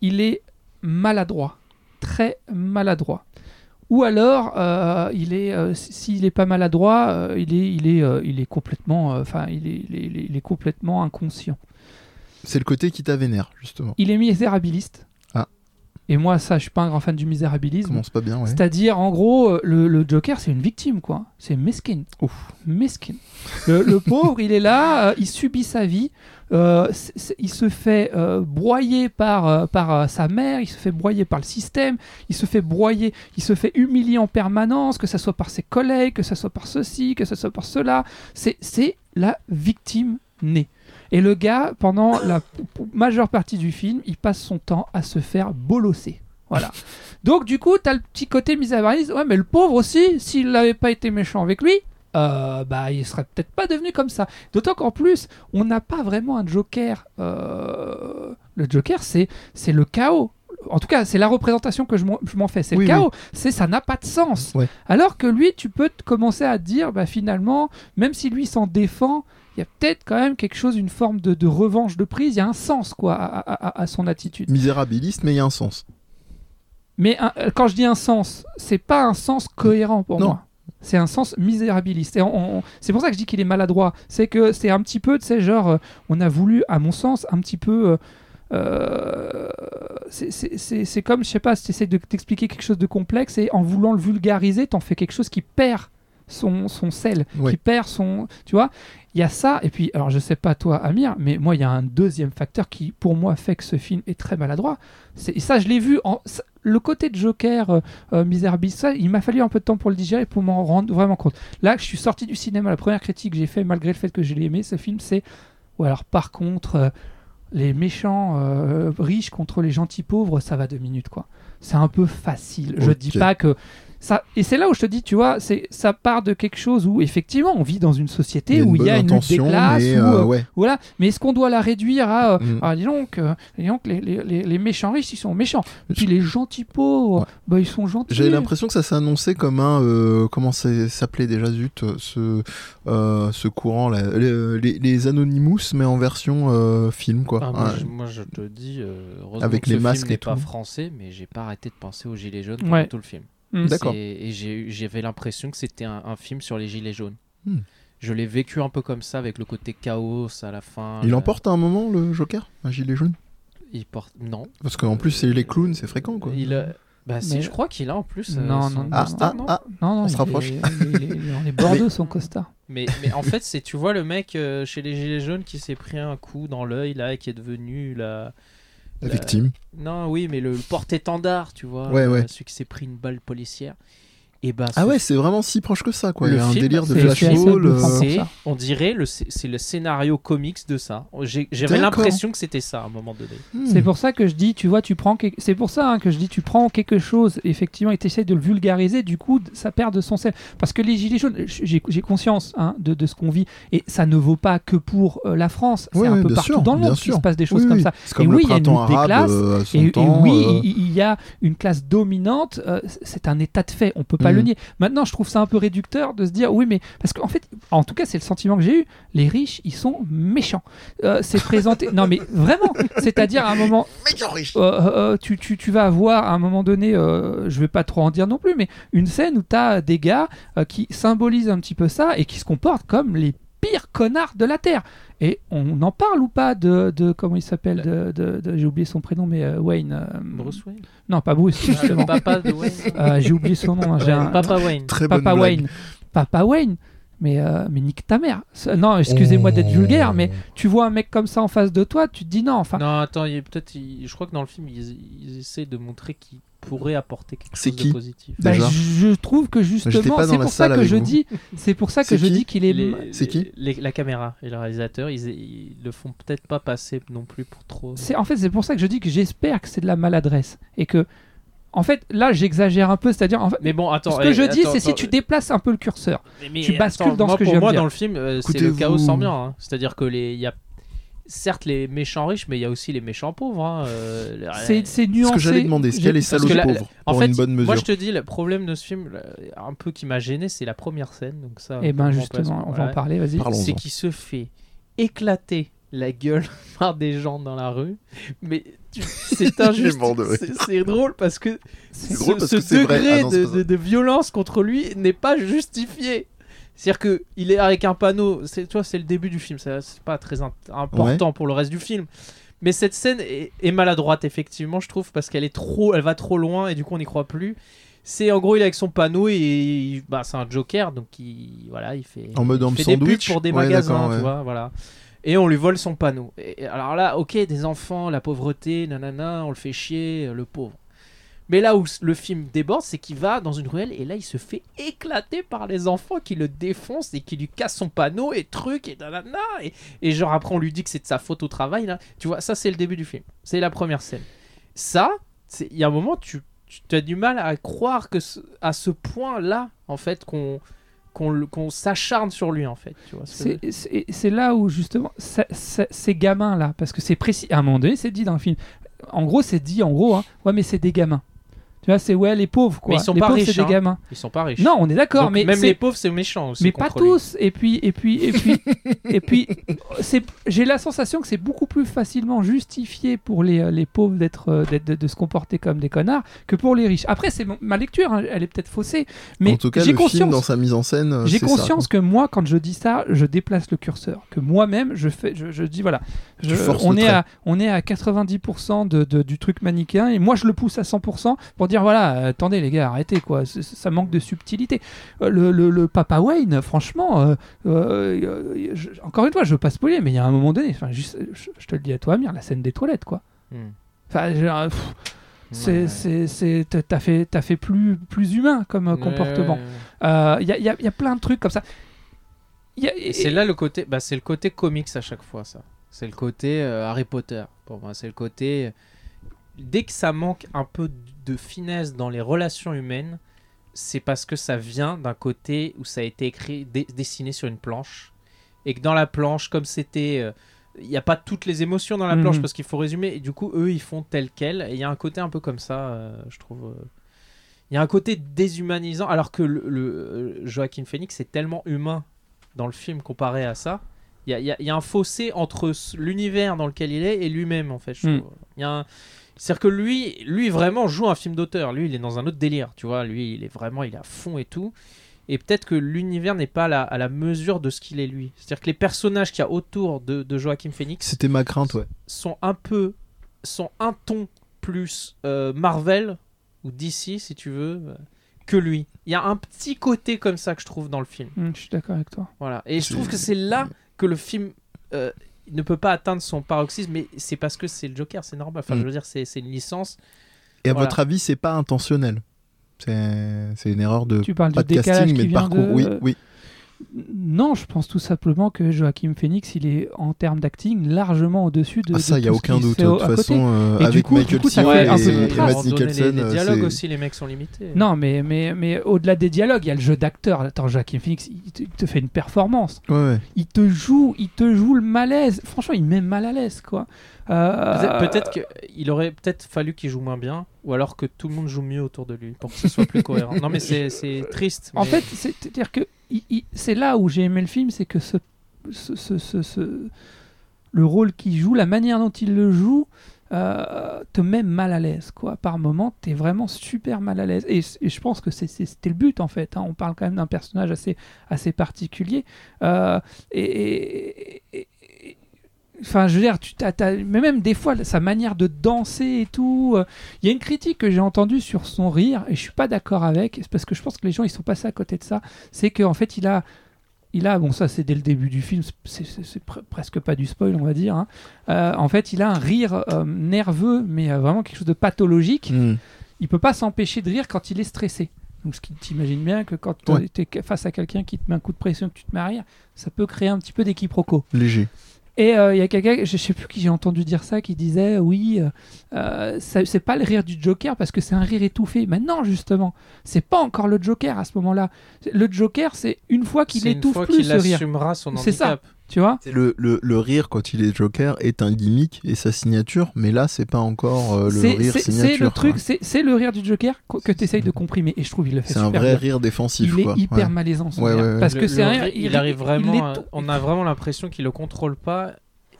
Speaker 2: il est maladroit, très maladroit. Ou alors, euh, il est, euh, s- s'il n'est pas maladroit, euh, il est, il est, euh, il est complètement, euh, enfin, il, est, il est- il est- il est complètement inconscient.
Speaker 1: C'est le côté qui t'a vénère, justement.
Speaker 2: Il est misérabiliste.
Speaker 1: Ah.
Speaker 2: Et moi, ça, je suis pas un grand fan du
Speaker 1: Ça
Speaker 2: misérabilisme.
Speaker 1: commence pas bien, ouais.
Speaker 2: C'est-à-dire, en gros, euh, le, le Joker, c'est une victime, quoi. C'est mesquine. Mesquine. Le, le pauvre, il est là, euh, il subit sa vie. euh, c'est- c'est- il se fait euh, broyer par, euh, par euh, sa mère, il se fait broyer par le système, il se fait broyer, il se fait humilier en permanence, que ce soit par ses collègues, que ce soit par ceci, que ce soit par cela. C'est- C'est la victime née. Et le gars, pendant la p- p- majeure partie du film, il passe son temps à se faire bolosser. Voilà. Donc du coup, t'as le petit côté misérabiliste. Ouais, mais le pauvre aussi, s'il n'avait pas été méchant avec lui, euh, bah il serait peut-être pas devenu comme ça. D'autant qu'en plus, on n'a pas vraiment un Joker. euh, Le Joker, c'est c'est le chaos. En tout cas, c'est la représentation que je m'en- je m'en fais. C'est
Speaker 1: Oui,
Speaker 2: le chaos. C'est ça n'a pas de sens.
Speaker 1: Ouais.
Speaker 2: Alors que lui, tu peux te commencer à te dire, bah finalement, même si lui s'en défend. Il y a peut-être quand même quelque chose, une forme de, de revanche de prise, il y a un sens quoi à- à- à- à son attitude.
Speaker 1: Misérabiliste, mais il y a un sens.
Speaker 2: Mais un- euh, quand je dis un sens, c'est pas un sens cohérent pour
Speaker 1: Non.
Speaker 2: moi. C'est un sens misérabiliste. Et on- on- c'est pour ça que je dis qu'il est maladroit. C'est que c'est un petit peu, tu sais, genre, euh, on a voulu, à mon sens, un petit peu. euh, euh, c'est- c'est c'est- c'est comme, je sais pas, si t'essayes de t'expliquer quelque chose de complexe et en voulant le vulgariser, t'en fais quelque chose qui perd son, son sel,
Speaker 1: Ouais.
Speaker 2: qui perd son. Tu vois Il y a ça. Et puis, alors, je sais pas, toi, Amir, mais moi, il y a un deuxième facteur qui, pour moi, fait que ce film est très maladroit. C'est- Et ça, je l'ai vu. En, ça- le côté de Joker, euh, euh, Miserabilis, ça, il m'a fallu un peu de temps pour le digérer, pour m'en rendre vraiment compte. Là, je suis sorti du cinéma. La première critique que j'ai fait, malgré le fait que je l'ai aimé, ce film, c'est. Ou alors, par contre, euh, les méchants euh, riches contre les gentils pauvres, ça va deux minutes, quoi. C'est un peu facile. Je
Speaker 1: Ok.
Speaker 2: dis pas que. Ça, et c'est là où je te dis, tu vois, c'est ça part de quelque chose où effectivement on vit dans une société où il y a une lutte des classes,
Speaker 1: mais
Speaker 2: où,
Speaker 1: euh,
Speaker 2: euh,
Speaker 1: ouais.
Speaker 2: voilà. Mais est-ce qu'on doit la réduire à, euh,
Speaker 1: Mm.
Speaker 2: ah, dis donc, euh, dis donc, les, les- les- les méchants riches, ils sont méchants. Puis
Speaker 1: Je-
Speaker 2: les gentils pauvres,
Speaker 1: Ouais.
Speaker 2: bah, ils sont gentils.
Speaker 1: J'avais l'impression que ça s'est annoncé comme un. euh, comment ça s'appelait déjà, zut, euh, ce, euh, ce courant là. Les, les- les Anonymous, mais en version euh, film, quoi.
Speaker 3: Ah,
Speaker 1: Un-
Speaker 3: moi, je, moi, je te dis, euh, heureusement
Speaker 1: Avec
Speaker 3: que
Speaker 1: les
Speaker 3: ce
Speaker 1: masques
Speaker 3: film
Speaker 1: et
Speaker 3: n'est pas
Speaker 1: tout.
Speaker 3: français, mais j'ai pas arrêté de penser aux gilets jaunes pendant
Speaker 2: Ouais.
Speaker 3: tout le film.
Speaker 2: Mm.
Speaker 1: D'accord.
Speaker 3: C'est- Et j'ai eu- j'avais l'impression que c'était un, un film sur les gilets jaunes.
Speaker 1: Hmm.
Speaker 3: Je l'ai vécu un peu comme ça, avec le côté chaos à la fin.
Speaker 1: Il
Speaker 3: euh,
Speaker 1: emporte à un moment le Joker, un gilet jaune
Speaker 3: Il porte. Non. Euh,
Speaker 1: Parce qu'en plus, c'est les clowns, c'est fréquent, quoi.
Speaker 3: Il a- Bah, si,
Speaker 2: Mais-
Speaker 3: je crois qu'il a en plus. euh,
Speaker 2: Non,
Speaker 3: son
Speaker 2: non,
Speaker 1: Ah,
Speaker 3: costard,
Speaker 1: ah,
Speaker 3: non
Speaker 1: ah,
Speaker 2: Non, non,
Speaker 1: On se
Speaker 2: il est-
Speaker 1: rapproche.
Speaker 2: il est- il est- on est Bordeaux, son costard.
Speaker 3: Mais, mais en fait, c'est tu vois le mec euh, chez les gilets jaunes qui s'est pris un coup dans l'œil là et qui est devenu la.
Speaker 1: la
Speaker 3: la-
Speaker 1: victime.
Speaker 3: Non, oui, mais le, le porte-étendard, tu vois,
Speaker 1: Ouais, ouais.
Speaker 3: euh, celui qui s'est pris une balle policière. Et bah,
Speaker 1: Ah
Speaker 3: ce
Speaker 1: ouais, c'est vraiment si proche que ça, quoi. Il y
Speaker 3: Le
Speaker 1: a un
Speaker 3: film,
Speaker 1: délire de
Speaker 2: c'est-
Speaker 1: flash
Speaker 2: c'est assez
Speaker 1: ball.
Speaker 2: bluffant.
Speaker 1: euh,
Speaker 3: C'est,
Speaker 2: ça.
Speaker 3: on dirait, le, sc- c'est le scénario comics de ça. Oh, J'ai- J'avais
Speaker 1: D'accord.
Speaker 3: l'impression que c'était ça à un moment donné.
Speaker 1: hmm.
Speaker 2: C'est pour ça que je dis, tu vois, tu prends. quelque- C'est pour ça hein, que je dis, tu prends quelque chose, effectivement, et t'essayes de le vulgariser. Du coup, ça perd de son sel. Parce que les gilets jaunes, j'ai j'ai conscience hein, de, de ce qu'on vit, et ça ne vaut pas que pour euh, la France. C'est
Speaker 1: Ouais,
Speaker 2: un
Speaker 1: ouais,
Speaker 2: peu
Speaker 1: bien
Speaker 2: partout
Speaker 1: sûr,
Speaker 2: dans le
Speaker 1: bien
Speaker 2: monde qu'il se
Speaker 1: sûr.
Speaker 2: passe des choses
Speaker 1: Oui,
Speaker 2: comme
Speaker 1: oui.
Speaker 2: ça.
Speaker 1: C'est comme
Speaker 2: Et
Speaker 1: le
Speaker 2: oui, il y a une
Speaker 1: printemps
Speaker 2: lutte des
Speaker 1: arabe
Speaker 2: classes,
Speaker 1: euh, à son
Speaker 2: Et, et
Speaker 1: temps.
Speaker 2: oui,
Speaker 1: euh,
Speaker 2: il, il y a une classe dominante, euh, c'est un état de fait. On peut pas pas
Speaker 1: Mm.
Speaker 2: le nier. Maintenant, je trouve ça un peu réducteur de se dire oui, mais parce qu'en fait, en tout cas, c'est le sentiment que j'ai eu. Les riches, ils sont méchants. Euh, c'est présenté. non, mais vraiment. C'est-à-dire à un moment,
Speaker 1: riche.
Speaker 2: euh, euh, tu, tu- tu vas avoir à un moment donné, euh, je vais pas trop en dire non plus, mais une scène où tu as des gars euh, qui symbolisent un petit peu ça et qui se comportent comme les pires connards de la Terre. Et on en parle ou pas de, de- comment il s'appelle de, de- de- J'ai oublié son prénom, mais euh, Wayne. euh,
Speaker 3: Bruce Wayne.
Speaker 2: Non, pas Bruce,
Speaker 3: Ah, le
Speaker 2: justement.
Speaker 3: papa de Wayne.
Speaker 2: Euh, j'ai oublié son nom. hein, j'ai un-
Speaker 3: Papa Wayne.
Speaker 1: Très bonne
Speaker 2: Papa
Speaker 1: blague.
Speaker 2: Wayne. Papa Wayne. Mais, euh, mais nique ta mère. Ça- Non, excusez-moi d'être
Speaker 1: Oh.
Speaker 2: vulgaire, mais tu vois un mec comme ça en face de toi, tu te dis non. Enfin,
Speaker 3: Non, attends, il y a peut-être. il- Je crois que dans le film, ils, ils essaient de montrer qu'ils pourraient apporter quelque
Speaker 1: C'est
Speaker 3: chose
Speaker 1: qui
Speaker 3: de positif.
Speaker 2: Bah,
Speaker 1: Déjà.
Speaker 2: je trouve que
Speaker 1: J'étais
Speaker 2: justement,
Speaker 1: pas dans
Speaker 2: c'est
Speaker 1: la
Speaker 2: pour ça
Speaker 1: salle
Speaker 2: que
Speaker 1: avec
Speaker 2: je
Speaker 1: vous.
Speaker 2: dis, c'est pour ça que
Speaker 1: C'est
Speaker 2: je
Speaker 1: qui
Speaker 2: dis qu'il est.
Speaker 3: Les-
Speaker 1: C'est qui
Speaker 3: les- La caméra et le réalisateur, ils, ils le font peut-être pas passer non plus pour trop.
Speaker 2: C'est en fait, c'est pour ça que je dis que j'espère que c'est de la maladresse et que, en fait, là, j'exagère un peu, c'est-à-dire, en fait,
Speaker 3: Mais bon, attends.
Speaker 2: ce que
Speaker 3: allez,
Speaker 2: je dis,
Speaker 3: attends,
Speaker 2: c'est si
Speaker 3: attends,
Speaker 2: tu déplaces un peu le curseur.
Speaker 3: Mais- mais
Speaker 2: tu bascules
Speaker 3: attends,
Speaker 2: dans ce
Speaker 3: moi,
Speaker 2: que je
Speaker 3: pour
Speaker 2: viens de
Speaker 3: moi,
Speaker 2: dire.
Speaker 3: dans le film, euh, c'est le
Speaker 1: Écoutez-vous.
Speaker 3: chaos sans bien. hein. C'est-à-dire que les, il y a certes les méchants riches, mais il y a aussi les méchants pauvres. hein, euh, les-
Speaker 2: C'est c'est
Speaker 1: Ce
Speaker 2: nuancé.
Speaker 1: que j'allais demander, est-ce qu'il y a les
Speaker 3: parce
Speaker 1: salauds
Speaker 3: que la-
Speaker 1: pauvres
Speaker 3: en
Speaker 1: pour
Speaker 3: fait,
Speaker 1: une bonne mesure
Speaker 3: Moi, je te dis, le problème de ce film, le- un peu qui m'a gêné, c'est la première scène. Donc ça.
Speaker 2: Et ben
Speaker 3: on
Speaker 2: justement,
Speaker 3: passe-
Speaker 2: on va
Speaker 3: voilà.
Speaker 2: en parler. Vas-y.
Speaker 1: Parlons-en.
Speaker 3: C'est qu'il se fait éclater la gueule par des gens dans la rue, mais tu- c'est injuste.
Speaker 1: mort de rire.
Speaker 3: C'est- C'est drôle parce que
Speaker 2: C'est
Speaker 1: drôle
Speaker 3: ce-
Speaker 1: parce
Speaker 3: ce
Speaker 1: que c'est vrai.
Speaker 3: degré
Speaker 1: Ah non, c'est
Speaker 3: de,
Speaker 1: pas vrai.
Speaker 3: de- de violence contre lui n'est pas justifié. C'est-à-dire que il est avec un panneau. C'est toi, c'est le début du film. ça, C'est pas très int- important pour le reste du film. Mais cette scène est, est maladroite effectivement, je trouve, parce qu'elle est trop, elle va trop loin et du coup on n'y croit plus. C'est en gros il est avec son panneau et il- bah, c'est un Joker donc il voilà il fait
Speaker 1: En mode
Speaker 3: il
Speaker 1: homme
Speaker 3: fait des buts
Speaker 1: sandwich
Speaker 3: pour des
Speaker 1: Ouais,
Speaker 3: magasins
Speaker 1: d'accord,
Speaker 3: tu
Speaker 1: ouais.
Speaker 3: vois voilà et on lui vole son panneau. Et alors là, ok, des enfants, la pauvreté, nanana, on le fait chier, euh, le pauvre. Mais là où s- le film déborde, c'est qu'il va dans une ruelle et là il se fait éclater par les enfants qui le défoncent et qui lui cassent son panneau et truc et nanana. Et, et genre après on lui dit que c'est de sa faute au travail. Là. Tu vois, ça c'est le début du film. C'est la première scène. Ça, c'est- il y a un moment, tu, tu as du mal à croire que ce- à ce point-là, en fait, qu'on qu'on le- qu'on s'acharne sur lui, en fait. Tu vois, ce que-
Speaker 2: C'est- C'est c'est là où justement ça- ça- ces gamins là, parce que c'est précis. À un moment donné, c'est dit dans le film. En gros, c'est dit en gros. hein, ouais, mais c'est des gamins. Tu vois, c'est ouais les pauvres quoi.
Speaker 3: Mais ils sont
Speaker 2: les
Speaker 3: pas
Speaker 2: pauvres,
Speaker 3: riches,
Speaker 2: c'est
Speaker 3: hein.
Speaker 2: des gamins.
Speaker 3: Ils sont pas riches.
Speaker 2: Non, on est d'accord,
Speaker 3: Donc,
Speaker 2: mais
Speaker 3: même
Speaker 2: c'est-
Speaker 3: les pauvres, c'est méchant aussi.
Speaker 2: mais pas
Speaker 3: contre lui.
Speaker 2: tous. Et puis et puis et puis et puis c'est. J'ai la sensation que c'est beaucoup plus facilement justifié pour les, euh, les pauvres d'être euh, d'être- de, de se comporter comme des connards que pour les riches. Après, c'est mon- ma lecture. hein, elle est peut-être faussée, mais
Speaker 1: en tout cas,
Speaker 2: j'ai
Speaker 1: le film
Speaker 2: conscience.
Speaker 1: dans sa mise en scène, euh,
Speaker 2: J'ai
Speaker 1: c'est
Speaker 2: conscience
Speaker 1: ça.
Speaker 2: que moi, quand je dis ça, je déplace le curseur. Que moi-même, je fais, je, je dis voilà,
Speaker 1: Tu
Speaker 2: je-
Speaker 1: forces
Speaker 2: on
Speaker 1: le
Speaker 2: est
Speaker 1: trait.
Speaker 2: à, on est à 90% de, de- du truc manichéen et moi je le pousse à 100% pour dire voilà, euh, attendez les gars, arrêtez quoi, c- c- ça manque de subtilité. Euh, le, le- le papa Wayne, franchement, euh, euh, euh, je- encore une fois, je veux pas spoiler, mais il y a un moment donné, enfin, juste, je, je te le dis à toi, Amir, la scène des toilettes quoi.
Speaker 3: Hmm.
Speaker 2: Enfin, je- euh, pff, c'est,
Speaker 3: Ouais.
Speaker 2: c'est, c'est- t'as- t'as fait, t'as fait plus, plus humain comme euh,
Speaker 3: Ouais,
Speaker 2: comportement.
Speaker 3: ouais, ouais.
Speaker 2: Il Euh, y, a- y a- y a plein de trucs comme ça. Y a-
Speaker 3: Et c'est là le côté, bah, c'est le côté comics à chaque fois, ça. C'est le côté euh, Harry Potter. Pour moi, c'est le côté. Dès que ça manque un peu de finesse dans les relations humaines, c'est parce que ça vient d'un côté où ça a été écrit, dé- dessiné sur une planche, et que dans la planche, comme c'était, euh, il n'y a pas toutes les émotions dans la planche
Speaker 2: Mhm.
Speaker 3: parce qu'il faut résumer. Et du coup, eux, ils font tel quel. Et il y a un côté un peu comme ça, euh, je trouve. euh, Il y a un côté déshumanisant, alors que le, le- euh, Joaquin Phoenix est tellement humain dans le film comparé à ça. Il y a, il y a- il y a un fossé entre ce- l'univers dans lequel il est et lui-même, en fait. je
Speaker 2: Mm.
Speaker 3: trouve. Il y a un- C'est-à-dire que lui, lui vraiment joue un film d'auteur. Lui, il est dans un autre délire, tu vois. Lui, il est vraiment, il est à fond et tout. Et peut-être que l'univers n'est pas à la, à la mesure de ce qu'il est lui. C'est-à-dire que les personnages qu'il y a autour de, de Joaquin Phoenix
Speaker 1: C'était ma crainte, ouais.
Speaker 3: sont un peu sont un ton plus euh, Marvel ou DC si tu veux euh, que lui. Il y a un petit côté comme ça que je trouve dans le film.
Speaker 2: Hum, je suis d'accord avec toi.
Speaker 3: Voilà. Et je
Speaker 1: C'est-
Speaker 3: trouve que c'est là que le film euh, ne peut pas atteindre son paroxysme, mais c'est parce que c'est le Joker, c'est normal. Enfin,
Speaker 1: Mm.
Speaker 3: je veux dire, c'est c'est une licence.
Speaker 1: Et à
Speaker 3: Voilà.
Speaker 1: votre avis, c'est pas intentionnel C'est c'est une erreur de
Speaker 2: Tu parles
Speaker 1: Euh, pas
Speaker 2: du
Speaker 1: de
Speaker 2: décalage
Speaker 1: casting, mais
Speaker 2: qui
Speaker 1: de
Speaker 2: vient
Speaker 1: parcours.
Speaker 2: de...
Speaker 1: Oui, oui.
Speaker 2: Non, je pense tout simplement que Joachim Phoenix, il est en termes d'acting largement au-dessus de.
Speaker 1: Ah, ça,
Speaker 2: de
Speaker 1: il n'y a
Speaker 2: tout ce
Speaker 1: aucun
Speaker 2: qui se
Speaker 1: doute.
Speaker 2: fait
Speaker 1: De
Speaker 2: au-
Speaker 1: toute
Speaker 2: à côté.
Speaker 1: façon, euh,
Speaker 2: Et du
Speaker 1: avec
Speaker 2: coup- du
Speaker 1: Michael
Speaker 2: coup, ça
Speaker 1: Thion
Speaker 2: fait
Speaker 1: et,
Speaker 2: un peu
Speaker 1: et
Speaker 2: contraire.
Speaker 1: Mads Mikkelsen,
Speaker 3: Les, les
Speaker 1: euh,
Speaker 3: dialogues
Speaker 1: c'est-
Speaker 3: aussi, les mecs sont limités.
Speaker 2: Non, mais, mais, mais au-delà des dialogues, il y a le jeu d'acteur. Attends, Joaquin Phoenix, il te, il te fait une performance.
Speaker 1: Ouais, ouais.
Speaker 2: Il te joue, il te joue le malaise. Franchement, il met mal à l'aise, quoi. Euh,
Speaker 3: Peut-être- Peut-être qu'il aurait peut-être fallu qu'il joue moins bien, ou alors que tout le monde joue mieux autour de lui pour que ce soit plus cohérent. Non, mais c'est c'est triste.
Speaker 2: En
Speaker 3: mais-
Speaker 2: fait, c'est- c'est-à-dire que il- il- c'est là où j'ai aimé le film, c'est que ce, ce- ce- ce- ce- le rôle qu'il joue, la manière dont il le joue, euh, te met mal à l'aise. Quoi. Par moment, t'es vraiment super mal à l'aise. Et, c- et je pense que c'est- c'est- c'était le but, en fait. hein. On parle quand même d'un personnage assez, assez particulier. Euh, et- et- et- et- Enfin, je veux dire, tu t'as- t'as- mais même des fois, sa manière de danser et tout, euh, il y a une critique que j'ai entendue sur son rire et je suis pas d'accord avec, c'est parce que je pense que les gens ils sont passés à côté de ça. C'est qu'en fait il a, il a, bon ça c'est dès le début du film, c'est- c'est c'est pre- presque pas du spoil on va dire. hein. Euh, en fait il a un rire euh, nerveux mais euh, vraiment quelque chose de pathologique.
Speaker 1: Hmm.
Speaker 2: Il peut pas s'empêcher de rire quand il est stressé. Donc ce qui t'imagines bien que quand
Speaker 1: Ouais.
Speaker 2: tu es face à quelqu'un qui te met un coup de pression que tu te mets à rire, ça peut créer un petit peu des quiproquos.
Speaker 1: Léger.
Speaker 2: Et euh, il y a quelqu'un, je sais plus qui j'ai entendu dire ça, qui disait oui, euh, euh, ça- c'est pas le rire du Joker parce que c'est un rire étouffé. Mais non, justement, c'est pas encore le Joker à ce moment-là. Le Joker, c'est une fois qu'il
Speaker 3: C'est une
Speaker 2: étouffe
Speaker 3: fois
Speaker 2: plus
Speaker 3: qu'il
Speaker 2: ce rire,
Speaker 3: assumera son handicap.
Speaker 2: C'est ça. tu vois.
Speaker 1: C'est Le, le, le rire quand il est Joker est un gimmick et sa signature, mais là c'est pas encore euh, le
Speaker 2: C'est
Speaker 1: rire
Speaker 2: c'est-
Speaker 1: signature.
Speaker 2: c'est le truc,
Speaker 1: quoi.
Speaker 2: c'est c'est le rire du Joker qu- que tu essayes de comprimer. Et je trouve il le fait
Speaker 1: c'est un
Speaker 2: super
Speaker 1: vrai
Speaker 2: bien.
Speaker 1: rire défensif.
Speaker 2: Il est
Speaker 1: quoi.
Speaker 2: hyper
Speaker 1: Ouais.
Speaker 2: malaisant son
Speaker 1: Ouais,
Speaker 2: rire.
Speaker 1: ouais, ouais.
Speaker 2: parce
Speaker 3: Le-
Speaker 2: que c'est
Speaker 3: le
Speaker 2: un rire,
Speaker 3: ri- il arrive vraiment. euh, à-
Speaker 2: étouffe.
Speaker 3: on a vraiment l'impression qu'il le contrôle pas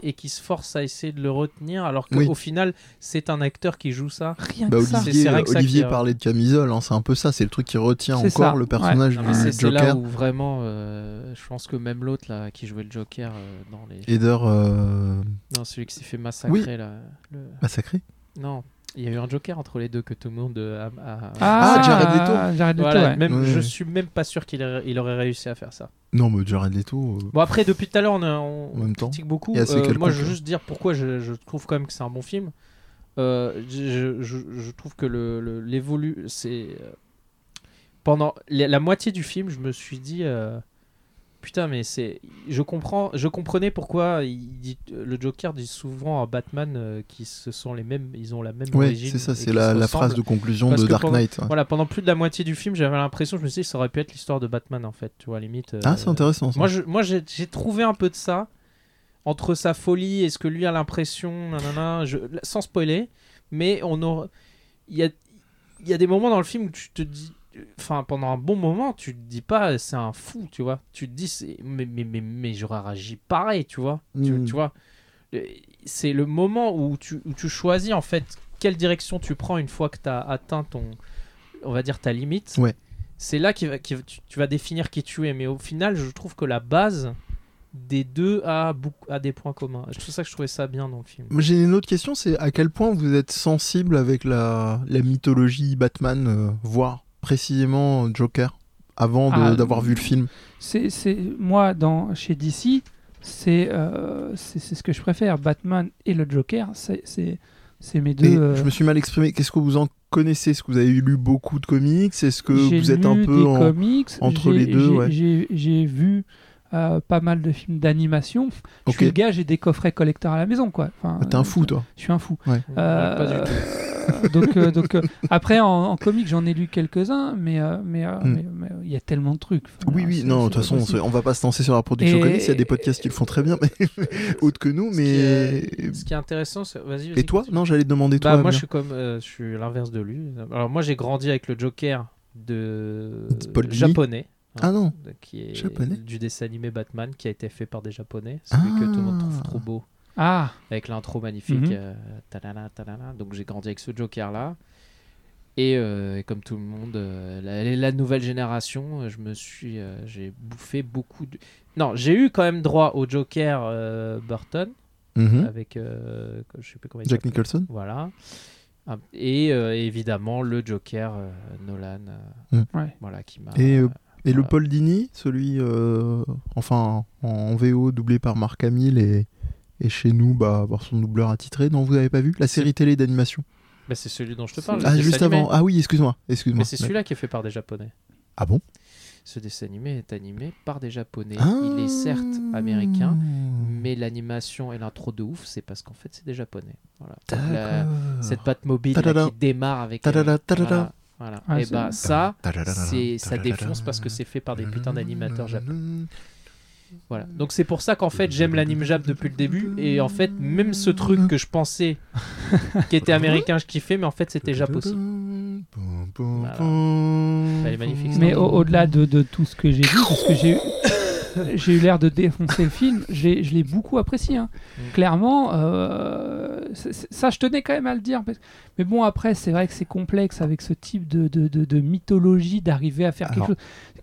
Speaker 3: et qu'il se force à essayer de le retenir, alors qu'au
Speaker 1: Oui.
Speaker 3: final, c'est un acteur qui joue ça.
Speaker 2: rien
Speaker 1: Bah,
Speaker 2: que ça.
Speaker 1: Olivier,
Speaker 3: C'est vrai que ça
Speaker 1: Olivier
Speaker 3: qui est-
Speaker 1: parlait de camisole, hein, c'est un peu ça, c'est le truc qui retient
Speaker 2: C'est
Speaker 1: encore
Speaker 2: ça,
Speaker 1: le personnage
Speaker 3: Non,
Speaker 1: du
Speaker 3: mais c'est- c'est là
Speaker 1: Joker.
Speaker 3: où vraiment, euh, je pense que même l'autre là qui jouait le Joker euh, dans les,
Speaker 1: Eder euh,
Speaker 3: non celui qui s'est fait massacrer
Speaker 1: Oui.
Speaker 3: là, le-
Speaker 1: massacré.
Speaker 3: non, il y a eu un Joker entre les deux que tout le monde euh, a. a-
Speaker 2: Ah,
Speaker 1: Ah, Jared Leto.
Speaker 2: Jared Leto,
Speaker 3: Voilà,
Speaker 2: ouais.
Speaker 3: même,
Speaker 1: Ouais,
Speaker 3: je
Speaker 1: ouais.
Speaker 3: suis même pas sûr qu'il aurait, il aurait réussi à faire ça.
Speaker 1: Non, mais Jared Leto. euh,
Speaker 3: Bon après depuis tout à l'heure on, a- on
Speaker 1: En même temps,
Speaker 3: critique beaucoup.
Speaker 1: il y a assez
Speaker 3: Euh, moi
Speaker 1: quelconque,
Speaker 3: je veux
Speaker 1: hein.
Speaker 3: juste dire pourquoi je, je trouve quand même que c'est un bon film. Euh, je, je- je trouve que le le- l'évolu c'est euh, pendant la, la moitié du film je me suis dit euh, putain mais c'est je comprends je comprenais pourquoi il dit, le Joker dit souvent à Batman euh, qui se sont les mêmes ils ont la même
Speaker 1: Ouais,
Speaker 3: origine
Speaker 1: c'est ça,
Speaker 3: et
Speaker 1: c'est
Speaker 3: qu'ils
Speaker 1: la,
Speaker 3: se
Speaker 1: la
Speaker 3: ressemblent.
Speaker 1: phrase de conclusion
Speaker 3: Parce
Speaker 1: de
Speaker 3: que
Speaker 1: Dark
Speaker 3: pendant-
Speaker 1: Knight. hein. ouais.
Speaker 3: Voilà, pendant plus de la moitié du film, j'avais l'impression, je me suis dit, ça aurait pu être l'histoire de Batman en fait, tu vois, limite.
Speaker 1: Ah,
Speaker 3: euh,
Speaker 1: c'est intéressant ça.
Speaker 3: Moi, je- moi, j'ai j'ai trouvé un peu de ça entre sa folie et ce que lui a l'impression, nanana, je, sans spoiler, mais on aura- il y a, il y a des moments dans le film où tu te dis, enfin, pendant un bon moment, tu te dis pas, c'est un fou, tu vois. Tu te dis, c'est- mais, mais, mais, mais j'aurais réagi pareil, tu vois. Tu,
Speaker 1: Mm.
Speaker 3: tu vois, Le- c'est le moment où tu, où tu choisis en fait quelle direction tu prends une fois que tu as atteint ton, on va dire ta limite.
Speaker 1: Ouais.
Speaker 3: C'est là qui va, qui va- tu, tu vas définir qui tu es, mais au final, je trouve que la base des deux a, beaucoup- a des points communs. C'est pour ça que je trouvais ça bien dans le film.
Speaker 1: Moi, J'ai une autre question, c'est à quel point vous êtes sensible avec la, la mythologie Batman, euh, voire précisément Joker, avant de-
Speaker 2: Ah,
Speaker 1: d'avoir vu le film
Speaker 2: C'est, c'est- moi dans chez DC, c'est, euh, c'est c'est ce que je préfère. Batman et le Joker, c'est c'est c'est mes deux.
Speaker 1: Mais
Speaker 2: euh,
Speaker 1: je me suis mal exprimé, qu'est-ce que vous en connaissez Est-ce que vous avez lu beaucoup de comics Est-ce que
Speaker 2: euh, j'ai
Speaker 1: vous êtes un
Speaker 2: lu
Speaker 1: peu
Speaker 2: des
Speaker 1: en...
Speaker 2: comics,
Speaker 1: entre
Speaker 2: j'ai-
Speaker 1: les deux,
Speaker 2: j'ai-
Speaker 1: ouais.
Speaker 2: J'ai j'ai vu. euh, pas mal de films d'animation. Je
Speaker 1: Ok. Ah,
Speaker 2: suis le gars, j'ai des coffrets collecteurs à la maison, quoi. Enfin,
Speaker 1: T'es un fou, toi.
Speaker 2: Je suis un fou.
Speaker 3: Pas du tout.
Speaker 2: Euh, donc, euh, donc euh, après, en, en comics, j'en ai lu quelques-uns, mais euh, mais euh,
Speaker 1: Hmm.
Speaker 2: mais- mais il y a tellement de trucs. Enfin,
Speaker 1: Oui, oui,
Speaker 2: Ah, c'est-
Speaker 1: non, de
Speaker 2: c'est
Speaker 1: toute
Speaker 2: pas
Speaker 1: façon, on,
Speaker 2: possible.
Speaker 1: se- on va pas se lancer sur la production
Speaker 2: Et-
Speaker 1: comics, il y a des podcasts qui le font très bien, mais autres que nous,
Speaker 3: Ce qui
Speaker 1: mais...
Speaker 3: est- Ce qui est intéressant, c'est. Vas-y, vas-y,
Speaker 1: Et toi Non, j'allais te demander toi.
Speaker 3: Bah, moi,
Speaker 1: Amir.
Speaker 3: je suis comme, euh, je suis l'inverse de lui. Alors, moi, j'ai grandi avec le Joker de
Speaker 1: De Paul Dini.
Speaker 3: japonais.
Speaker 1: Ah non
Speaker 3: de- qui est
Speaker 1: Japonais.
Speaker 3: du dessin animé Batman qui a été fait par des japonais, celui que tout le monde trouve
Speaker 1: Ah.
Speaker 3: trop beau,
Speaker 2: Ah,
Speaker 3: avec l'intro magnifique.
Speaker 2: Mhm.
Speaker 3: euh, tadana, tadana. Donc j'ai grandi avec ce Joker là. Et, euh, et comme tout le monde, euh, la, la nouvelle génération, euh, je me suis, euh, j'ai bouffé beaucoup de. Non, j'ai eu quand même droit au Joker euh, Burton
Speaker 1: Mhm.
Speaker 3: avec, euh, je sais plus comment il
Speaker 1: Jack
Speaker 3: s'appelle.
Speaker 1: Nicholson
Speaker 3: Voilà. Ah, Et euh, évidemment le Joker euh, Nolan,
Speaker 1: Mm.
Speaker 3: euh,
Speaker 2: Ouais.
Speaker 3: voilà qui m'a.
Speaker 1: Et, euh, Et le
Speaker 3: Voilà.
Speaker 1: Paul Dini, celui, euh, enfin, en VO, doublé par Marc Hamill et, et chez nous, bah, par son doubleur attitré. Non, vous avez pas vu La série télé d'animation.
Speaker 3: Bah, c'est celui dont je te parle. le
Speaker 1: Ah,
Speaker 3: dessin
Speaker 1: juste
Speaker 3: animé.
Speaker 1: avant. Ah oui, excuse-moi. Excuse-moi.
Speaker 3: Mais c'est celui-là qui est fait par des Japonais.
Speaker 1: Ah bon
Speaker 3: Ce dessin animé est animé par des Japonais. Il est certes
Speaker 1: Ah.
Speaker 3: américain, mais l'animation et l'intro de ouf, c'est parce qu'en fait, c'est des Japonais. Voilà. Donc, la- cette patte mobile là,
Speaker 1: Tadada.
Speaker 3: qui démarre avec. euh,
Speaker 1: Tadada, tadada.
Speaker 3: voilà, voilà.
Speaker 2: Ah,
Speaker 3: et
Speaker 2: c'est-
Speaker 3: bah ça, c'est ça défonce parce que c'est fait par des putains d'animateurs japonais. Voilà. Donc c'est pour ça qu'en fait j'aime l'anime jap depuis le début et en fait même ce truc que je pensais qui était américain je kiffais mais en fait c'était jap aussi. Voilà. Elle est magnifique, cette
Speaker 2: Mais au- au-delà de, de tout ce que j'ai vu, parce que j'ai eu, j'ai eu l'air de défoncer le film, j'ai- je l'ai beaucoup apprécié. hein.
Speaker 3: Mm.
Speaker 2: Clairement, euh, c'est- c'est- ça je tenais quand même à le dire. parce- Mais bon, après, c'est vrai que c'est complexe avec ce type de, de- de- de mythologie d'arriver à faire quelque
Speaker 1: Alors.
Speaker 2: chose.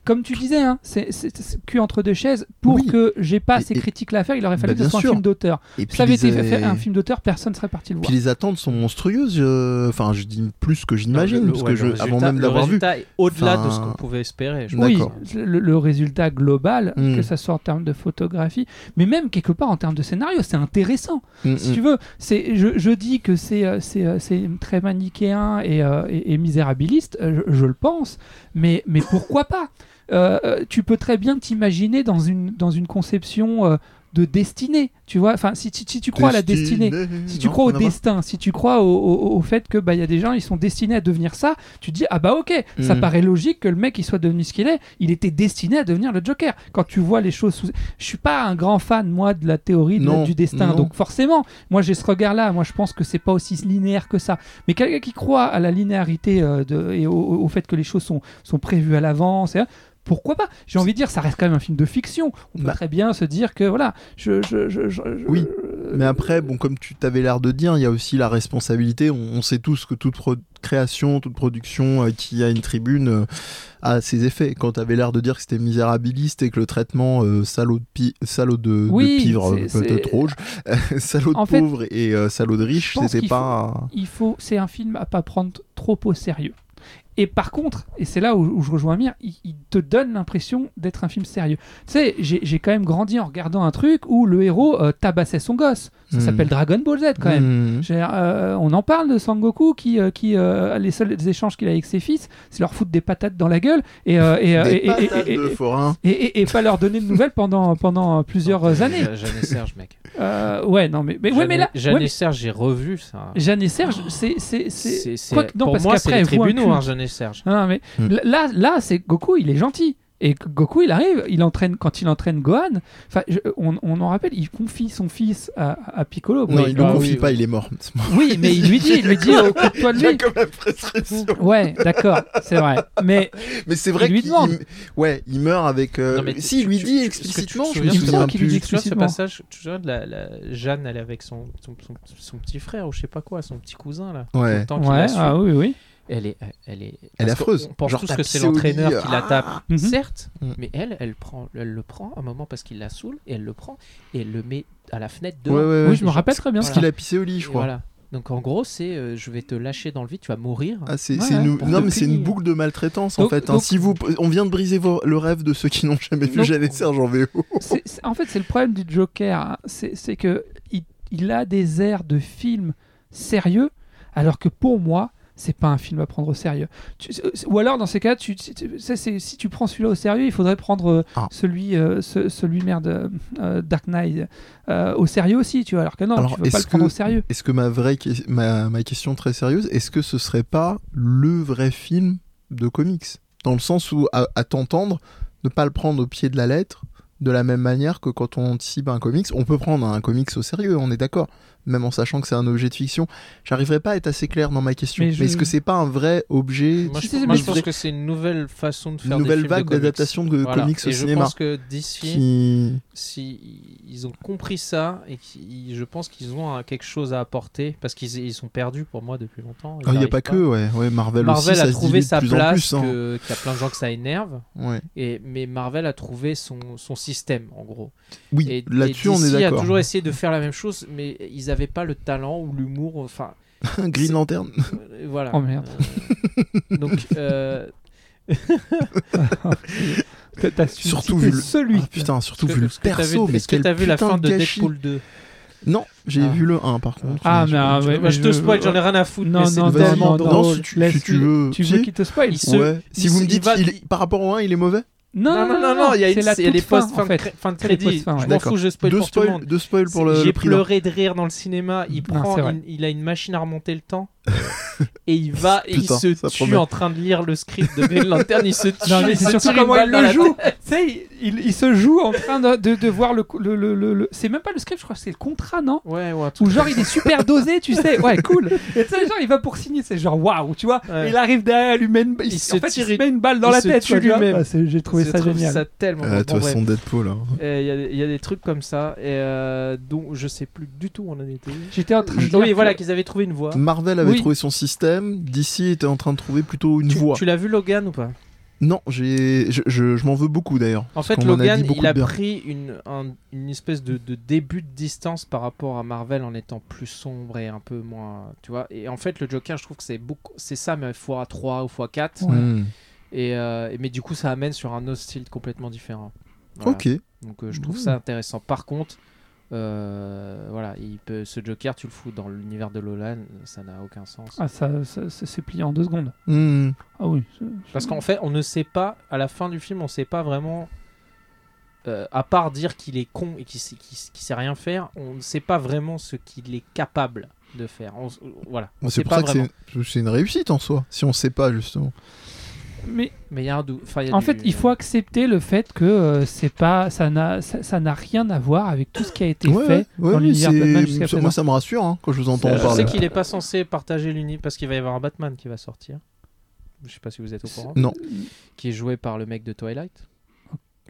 Speaker 2: Comme tu disais, hein, c'est c'est- c'est cul entre deux chaises. Pour
Speaker 1: Oui.
Speaker 2: que j'ai pas
Speaker 1: Et-
Speaker 2: ces
Speaker 1: et-
Speaker 2: critiques-là à faire, il aurait fallu
Speaker 1: Bah,
Speaker 2: que
Speaker 1: bien
Speaker 2: ce soit
Speaker 1: sûr.
Speaker 2: un film d'auteur.
Speaker 1: Et puis
Speaker 2: Ça avait
Speaker 1: les-
Speaker 2: été fait un film d'auteur, personne serait parti le voir.
Speaker 1: Puis les attentes sont monstrueuses. euh, Enfin, je dis plus que
Speaker 3: Non, le-
Speaker 1: j'imagine,
Speaker 3: le-
Speaker 1: parce
Speaker 3: ouais,
Speaker 1: que je,
Speaker 3: le
Speaker 1: avant
Speaker 3: résultat-
Speaker 1: même
Speaker 3: le
Speaker 1: d'avoir vu.
Speaker 3: résultat est au-delà de ce
Speaker 1: Enfin,
Speaker 3: qu'on pouvait espérer. je
Speaker 2: Oui,
Speaker 1: D'accord.
Speaker 2: le, le résultat global,
Speaker 1: Mm.
Speaker 2: que ça soit en termes de photographie, mais même quelque part en termes de scénario, c'est intéressant.
Speaker 1: Mm,
Speaker 2: Si
Speaker 1: mm.
Speaker 2: tu veux, c'est, je, je dis que c'est, euh, c'est, euh, c'est très manichéen et, euh, et- et misérabiliste, euh, je, je le pense, mais, mais pourquoi pas Euh, euh, Tu peux très bien t'imaginer dans une, dans une conception euh, de destinée, tu vois. Enfin, si, si- si tu crois à la destinée, si tu
Speaker 1: Non,
Speaker 2: crois au
Speaker 1: rien à voir.
Speaker 2: destin, si tu crois au, au- au fait que bah il y a des gens ils sont destinés à devenir ça, tu te dis ah bah ok, ça
Speaker 1: Mhm.
Speaker 2: paraît logique que le mec il soit devenu ce qu'il est, il était destiné à devenir le Joker. Quand tu vois les choses, sous... je suis pas un grand fan moi de la théorie de-
Speaker 1: Non,
Speaker 2: du destin,
Speaker 1: non.
Speaker 2: donc forcément moi j'ai ce regard là, moi je pense que c'est pas aussi linéaire que ça. Mais quelqu'un qui croit à la linéarité euh, de, et au, au fait que les choses sont, sont prévues à l'avance, et, pourquoi pas J'ai envie de dire, ça reste quand même un film de fiction. On peut
Speaker 1: Bah.
Speaker 2: très bien se dire que voilà, je, je, je, je- je-
Speaker 1: Oui, Mais
Speaker 2: Euh,
Speaker 1: après, bon, comme tu t'avais l'air de dire, il y a aussi la responsabilité. On, on sait tous que toute pro- création, toute production euh, qui a une tribune euh, a ses effets. Quand tu avais l'air de dire que c'était misérabiliste et que le traitement euh, salaud, de pi- salaud de, de
Speaker 2: Oui,
Speaker 1: pivre,
Speaker 2: c'est-
Speaker 1: euh, peut-être
Speaker 2: c'est-
Speaker 1: rouge, salaud de
Speaker 2: En fait,
Speaker 1: pauvre et euh, salaud de riche,
Speaker 2: pense
Speaker 1: c'était
Speaker 2: qu'il
Speaker 1: pas.
Speaker 2: il faut, c'est un film à pas prendre trop au sérieux. Et par contre, et c'est là où, où je rejoins Amir, il, il te donne l'impression d'être un film sérieux. Tu sais, j'ai j'ai quand même grandi en regardant un truc où le héros euh, tabassait son gosse. Ça
Speaker 1: Hmm.
Speaker 2: s'appelle Dragon Ball Z quand même.
Speaker 1: Mm.
Speaker 2: Je veux dire, euh, on en parle de Sangoku qui, euh, qui euh, les seuls échanges qu'il a avec ses fils, c'est leur foutre des patates dans la gueule et, euh, et, euh,
Speaker 1: Des
Speaker 2: et- et-
Speaker 1: patates
Speaker 2: et-
Speaker 1: de
Speaker 2: et-
Speaker 1: forain.
Speaker 2: et- et- et pas leur donner de nouvelles pendant, pendant plusieurs années.
Speaker 3: Jeanne et Serge mec.
Speaker 2: Euh, ouais, non, mais, mais, ouais,
Speaker 3: Jeanne-
Speaker 2: mais là,
Speaker 3: Jeanne
Speaker 2: ouais,
Speaker 3: et Serge j'ai revu ça.
Speaker 2: mais Jeanne et Serge, c'est. c'est- c'est-
Speaker 3: Oh. C'est-
Speaker 2: quoique-
Speaker 3: c'est-
Speaker 2: non,
Speaker 3: pour
Speaker 2: parce
Speaker 3: moi
Speaker 2: qu'après,
Speaker 3: c'est les
Speaker 2: elle voit un
Speaker 3: tribunaux
Speaker 2: culte.
Speaker 3: hein, Jeanne et Serge.
Speaker 2: Non, non, mais
Speaker 1: Hmm.
Speaker 2: là- là, là c'est Goku, il est gentil. Et Goku, il arrive, il entraîne quand il entraîne Gohan. Enfin, je- on, on en rappelle, il confie son fils à, à Piccolo.
Speaker 1: Non, il le
Speaker 2: bah,
Speaker 1: confie
Speaker 2: oui.
Speaker 1: pas, il est mort.
Speaker 2: Oui, mais il lui dit, il lui dit, occupe-toi de
Speaker 1: Il y a
Speaker 2: lui.
Speaker 1: comme la prescription.
Speaker 2: Ouais, d'accord, c'est vrai. Mais
Speaker 1: Mais c'est vrai
Speaker 2: Il lui
Speaker 1: qu'il
Speaker 2: demande.
Speaker 1: il- ouais, il meurt avec. euh,
Speaker 3: Non, mais
Speaker 1: si, il lui
Speaker 3: tu-
Speaker 1: dit
Speaker 3: tu-
Speaker 1: explicitement.
Speaker 3: est-ce
Speaker 1: je
Speaker 3: que tu te
Speaker 1: me
Speaker 3: souviens
Speaker 1: souviens
Speaker 2: qu'il
Speaker 1: plus.
Speaker 2: lui dit
Speaker 3: Tu vois ce
Speaker 2: explicitement.
Speaker 3: passage, tu vois, de la, la- Jeanne, elle est avec son, son, son, son petit frère ou je sais pas quoi, son petit cousin là.
Speaker 1: Ouais.
Speaker 3: Tout le temps qu'il
Speaker 2: ouais,
Speaker 3: la suit.
Speaker 2: ah oui, oui.
Speaker 3: Elle est, elle est,
Speaker 1: Elle est
Speaker 3: parce
Speaker 1: affreuse.
Speaker 3: qu'on pense
Speaker 1: Genre,
Speaker 3: tous
Speaker 1: t'as
Speaker 3: que c'est
Speaker 1: pissé au
Speaker 3: l'entraîneur
Speaker 1: lit,
Speaker 3: qui la
Speaker 1: ah
Speaker 3: tape,
Speaker 2: Mhm.
Speaker 3: certes,
Speaker 1: Mm.
Speaker 3: mais elle, elle prend, elle le prend à un moment parce qu'il la saoule et elle le prend et elle le met à la fenêtre
Speaker 1: Ouais, ouais,
Speaker 3: dehors.
Speaker 1: ouais.
Speaker 2: Oui, je me rappelle très bien.
Speaker 1: Parce
Speaker 2: ça.
Speaker 1: Euh, qu'il a pissé au lit,
Speaker 3: Et
Speaker 1: je crois.
Speaker 3: Voilà. Donc en gros, c'est, euh, je vais te lâcher dans le vide, tu vas mourir.
Speaker 1: Ah, c'est
Speaker 2: Ouais,
Speaker 1: c'est
Speaker 2: ouais,
Speaker 1: une...
Speaker 2: pour
Speaker 1: Non,
Speaker 2: te
Speaker 1: mais c'est une
Speaker 2: punir.
Speaker 1: boucle de maltraitance en
Speaker 2: Donc-
Speaker 1: fait. hein.
Speaker 2: donc-
Speaker 1: Si vous... On vient de briser vos- le rêve de ceux qui n'ont jamais vu
Speaker 2: Donc-
Speaker 1: Jeanne et Serge en VO.
Speaker 2: C'est- c'est- en fait, c'est le problème du Joker. hein. C'est c'est que il, il a des airs de film sérieux, alors que pour moi, c'est pas un film à prendre au sérieux. Tu- c'est- ou alors, dans ces cas, tu, tu- tu- ça, c'est- si tu prends celui-là au sérieux, il faudrait prendre euh,
Speaker 1: Ah.
Speaker 2: celui, euh, ce- celui merde, euh, euh, Dark Knight, euh, au sérieux aussi, tu vois. Alors que non,
Speaker 1: Alors,
Speaker 2: tu veux pas
Speaker 1: est-ce
Speaker 2: le prendre
Speaker 1: que-
Speaker 2: au sérieux.
Speaker 1: Est-ce que ma, vraie... que- ma... ma question très sérieuse, est-ce que ce serait pas le vrai film de comics Dans le sens où, à, à t'entendre, ne pas le prendre au pied de la lettre, de la même manière que quand on anticipe un comics, on peut prendre un comics au sérieux, on est d'accord, même en sachant que c'est un objet de fiction. J'arriverai pas à être assez clair dans ma question.
Speaker 2: Mais
Speaker 1: Mais,
Speaker 2: je-
Speaker 1: est-ce que c'est pas un vrai objet
Speaker 3: Moi,
Speaker 2: Si, si,
Speaker 3: je,
Speaker 2: si,
Speaker 3: moi,
Speaker 2: mais
Speaker 3: je
Speaker 2: je
Speaker 3: pense
Speaker 2: voudrais-
Speaker 3: que c'est une nouvelle façon de
Speaker 1: Une
Speaker 3: faire
Speaker 1: nouvelle
Speaker 3: des films de
Speaker 1: vagues
Speaker 3: comics.
Speaker 1: d'adaptation de
Speaker 3: Voilà.
Speaker 1: comics au
Speaker 3: Et Je
Speaker 1: cinéma
Speaker 3: pense que d'ici,
Speaker 1: qui
Speaker 3: si ils ont compris ça et qu'ils- je pense qu'ils ont euh, quelque chose à apporter parce qu'ils ils sont perdus pour moi depuis longtemps.
Speaker 1: Ah, Il
Speaker 3: Ils
Speaker 1: n'y a
Speaker 3: arrivent
Speaker 1: pas que, ouais. ouais Marvel, aussi,
Speaker 3: Marvel a
Speaker 1: ça se
Speaker 3: trouvé
Speaker 1: dilue de
Speaker 3: sa
Speaker 1: plus
Speaker 3: place,
Speaker 1: en plus. hein.
Speaker 3: que- qu'il y a plein de gens que ça énerve,
Speaker 1: Ouais.
Speaker 3: et, mais Marvel a trouvé son, son système en gros.
Speaker 1: Oui,
Speaker 3: Et
Speaker 1: là-dessus,
Speaker 3: et
Speaker 1: on est
Speaker 3: DC a
Speaker 1: d'accord.
Speaker 3: toujours essayé de faire la même chose, mais ils n'avaient pas le talent ou l'humour, enfin
Speaker 1: Green Lantern.
Speaker 3: euh, voilà.
Speaker 2: Oh, merde.
Speaker 3: Euh, donc euh,
Speaker 2: T'as- t'as su-
Speaker 1: Surtout
Speaker 2: cité
Speaker 1: vu le-
Speaker 2: celui.
Speaker 1: Ah, putain, surtout
Speaker 3: est-ce que-
Speaker 1: vu le
Speaker 3: est-ce que t'as vu-
Speaker 1: perso, mais
Speaker 3: est-ce que
Speaker 1: quel
Speaker 3: t'as vu la
Speaker 1: putain
Speaker 3: fin de
Speaker 1: gâchis.
Speaker 3: Deadpool 2
Speaker 1: Non, j'ai
Speaker 3: Ah.
Speaker 1: vu le 1 par contre.
Speaker 2: Ah,
Speaker 1: Je-
Speaker 2: mais, ah,
Speaker 1: je-
Speaker 2: ouais,
Speaker 3: Moi, je te spoil, j'en ai rien à foutre.
Speaker 2: Non,
Speaker 3: mais c'est
Speaker 2: non,
Speaker 1: Vas-y,
Speaker 3: tellement
Speaker 2: non,
Speaker 1: non,
Speaker 3: drôle.
Speaker 1: si tu, si
Speaker 2: Laisse-
Speaker 1: tu veux.
Speaker 2: Tu
Speaker 1: Ah, si.
Speaker 2: veux qu'il te spoil
Speaker 3: Il se-
Speaker 1: Ouais. Si
Speaker 3: il
Speaker 1: vous
Speaker 3: se-
Speaker 1: me
Speaker 3: il
Speaker 1: dites,
Speaker 3: va-
Speaker 1: il est-
Speaker 3: il-
Speaker 1: par rapport au 1, il est mauvais
Speaker 2: Non, non, non, non,
Speaker 3: non, il y a
Speaker 2: c'est
Speaker 3: une-
Speaker 2: la
Speaker 3: c'est- il y a
Speaker 2: toute
Speaker 3: les post
Speaker 2: fin, en
Speaker 3: fin, de
Speaker 2: fait.
Speaker 3: cré- fin de
Speaker 2: C'est les
Speaker 3: crédit.
Speaker 2: post-fins, ouais.
Speaker 3: Je m'en
Speaker 1: D'accord.
Speaker 3: fous, je spoil
Speaker 1: Deux
Speaker 3: pour tout le
Speaker 1: spoils
Speaker 3: monde.
Speaker 1: deux spoils pour le,
Speaker 3: J'ai
Speaker 1: le prix d'or.
Speaker 3: pleuré de rire dans le cinéma. Il
Speaker 2: Non,
Speaker 3: prend,
Speaker 2: c'est vrai.
Speaker 3: une- il, a une machine à remonter le temps et il va et
Speaker 1: Putain,
Speaker 3: il se
Speaker 1: ça
Speaker 3: tue
Speaker 1: promet.
Speaker 3: en train de lire le script de Green Lantern. Il se tue.
Speaker 2: Non, mais
Speaker 3: il
Speaker 2: c'est
Speaker 3: se
Speaker 2: surtout
Speaker 3: tire une
Speaker 2: comment il
Speaker 3: balle dans
Speaker 2: le
Speaker 3: la
Speaker 2: joue. tu sais, il, il- il se joue en train de, de, de voir le. le, le, le- le- C'est même pas le script, je crois que c'est le contrat, non
Speaker 3: Ouais, ouais, tout.
Speaker 2: Ou genre il est super dosé, tu sais. Ouais, cool. Et tu sais, genre il va pour signer, c'est genre waouh, tu vois.
Speaker 3: Ouais.
Speaker 2: Il arrive derrière, il lui met une, il,
Speaker 3: Il
Speaker 2: en
Speaker 3: se
Speaker 2: fait,
Speaker 3: tire
Speaker 2: il se met une balle dans
Speaker 3: il
Speaker 2: la
Speaker 3: se
Speaker 2: tête.
Speaker 3: tue
Speaker 2: tu vois, tu
Speaker 3: lui-même.
Speaker 2: vois. Ah, c'est- J'ai trouvé
Speaker 3: Je
Speaker 2: ça
Speaker 3: trouve
Speaker 2: génial.
Speaker 3: ça tellement.
Speaker 1: Euh, De
Speaker 3: bon,
Speaker 1: toute
Speaker 3: bref.
Speaker 1: façon, Deadpool. hein.
Speaker 3: Euh, Il y, a des- il y a des trucs comme ça, et euh, dont je sais plus du tout où on en était.
Speaker 2: J'étais en train de dire
Speaker 3: Oui,
Speaker 2: que-
Speaker 3: voilà, qu'ils avaient trouvé une voie.
Speaker 1: Marvel avait
Speaker 2: Oui.
Speaker 1: trouvé son système, DC était en train de trouver plutôt une
Speaker 3: Tu,
Speaker 1: voie.
Speaker 3: tu l'as vu Logan ou pas
Speaker 1: Non, j'ai, je, je- je m'en veux beaucoup d'ailleurs.
Speaker 3: En
Speaker 1: parce
Speaker 3: fait,
Speaker 1: qu'on m'en
Speaker 3: Logan,
Speaker 1: dit beaucoup
Speaker 3: il a
Speaker 1: de bien.
Speaker 3: pris une, un- une espèce de, de début de distance par rapport à Marvel en étant plus sombre et un peu moins, tu vois. Et en fait, le Joker, je trouve que c'est beaucoup, c'est ça, mais fois 3 ou fois 4
Speaker 2: Ouais.
Speaker 1: Hmm.
Speaker 3: Et euh, et- mais du coup, ça amène sur un hostile complètement différent. Voilà.
Speaker 1: Ok.
Speaker 3: Donc, euh, je trouve
Speaker 1: Mmh.
Speaker 3: ça intéressant. Par contre, euh, voilà, il peut, ce Joker, tu le fous dans l'univers de Lolan, ça n'a aucun sens.
Speaker 2: Ah, ça, ça- ça- c'est plié en deux secondes.
Speaker 1: Hmm.
Speaker 2: Ah oui. c'est-
Speaker 3: Parce qu'en fait, on ne sait pas, à la fin du film, on ne sait pas vraiment. euh, à part dire qu'il est con et qu'il sait, qu'il sait- qu'il sait rien faire, on ne sait pas vraiment ce qu'il est capable de faire. On s- voilà. On
Speaker 1: C'est
Speaker 3: sait
Speaker 1: pour
Speaker 3: pas
Speaker 1: ça que
Speaker 3: vraiment.
Speaker 1: c'est, c'est une réussite en soi, si on sait pas justement.
Speaker 2: Mais
Speaker 3: Mais il y a un dou- enfin, il y a
Speaker 2: en
Speaker 3: du-
Speaker 2: fait, il faut accepter le fait que euh, c'est pas, ça n'a, ça, ça n'a rien à voir avec tout ce qui a été
Speaker 1: Ouais,
Speaker 2: fait
Speaker 1: ouais,
Speaker 2: dans
Speaker 1: ouais,
Speaker 2: l'univers
Speaker 1: c'est-
Speaker 2: Batman jusqu'à présent.
Speaker 1: Moi, ça me rassure hein, quand je vous entends
Speaker 2: C'est-
Speaker 1: en
Speaker 3: Je
Speaker 1: parler.
Speaker 3: sais qu'il n'est pas censé partager l'univers parce qu'il va y avoir un Batman qui va sortir. Je ne sais pas si vous êtes au courant.
Speaker 1: Non.
Speaker 3: Qui est joué par le mec de Twilight.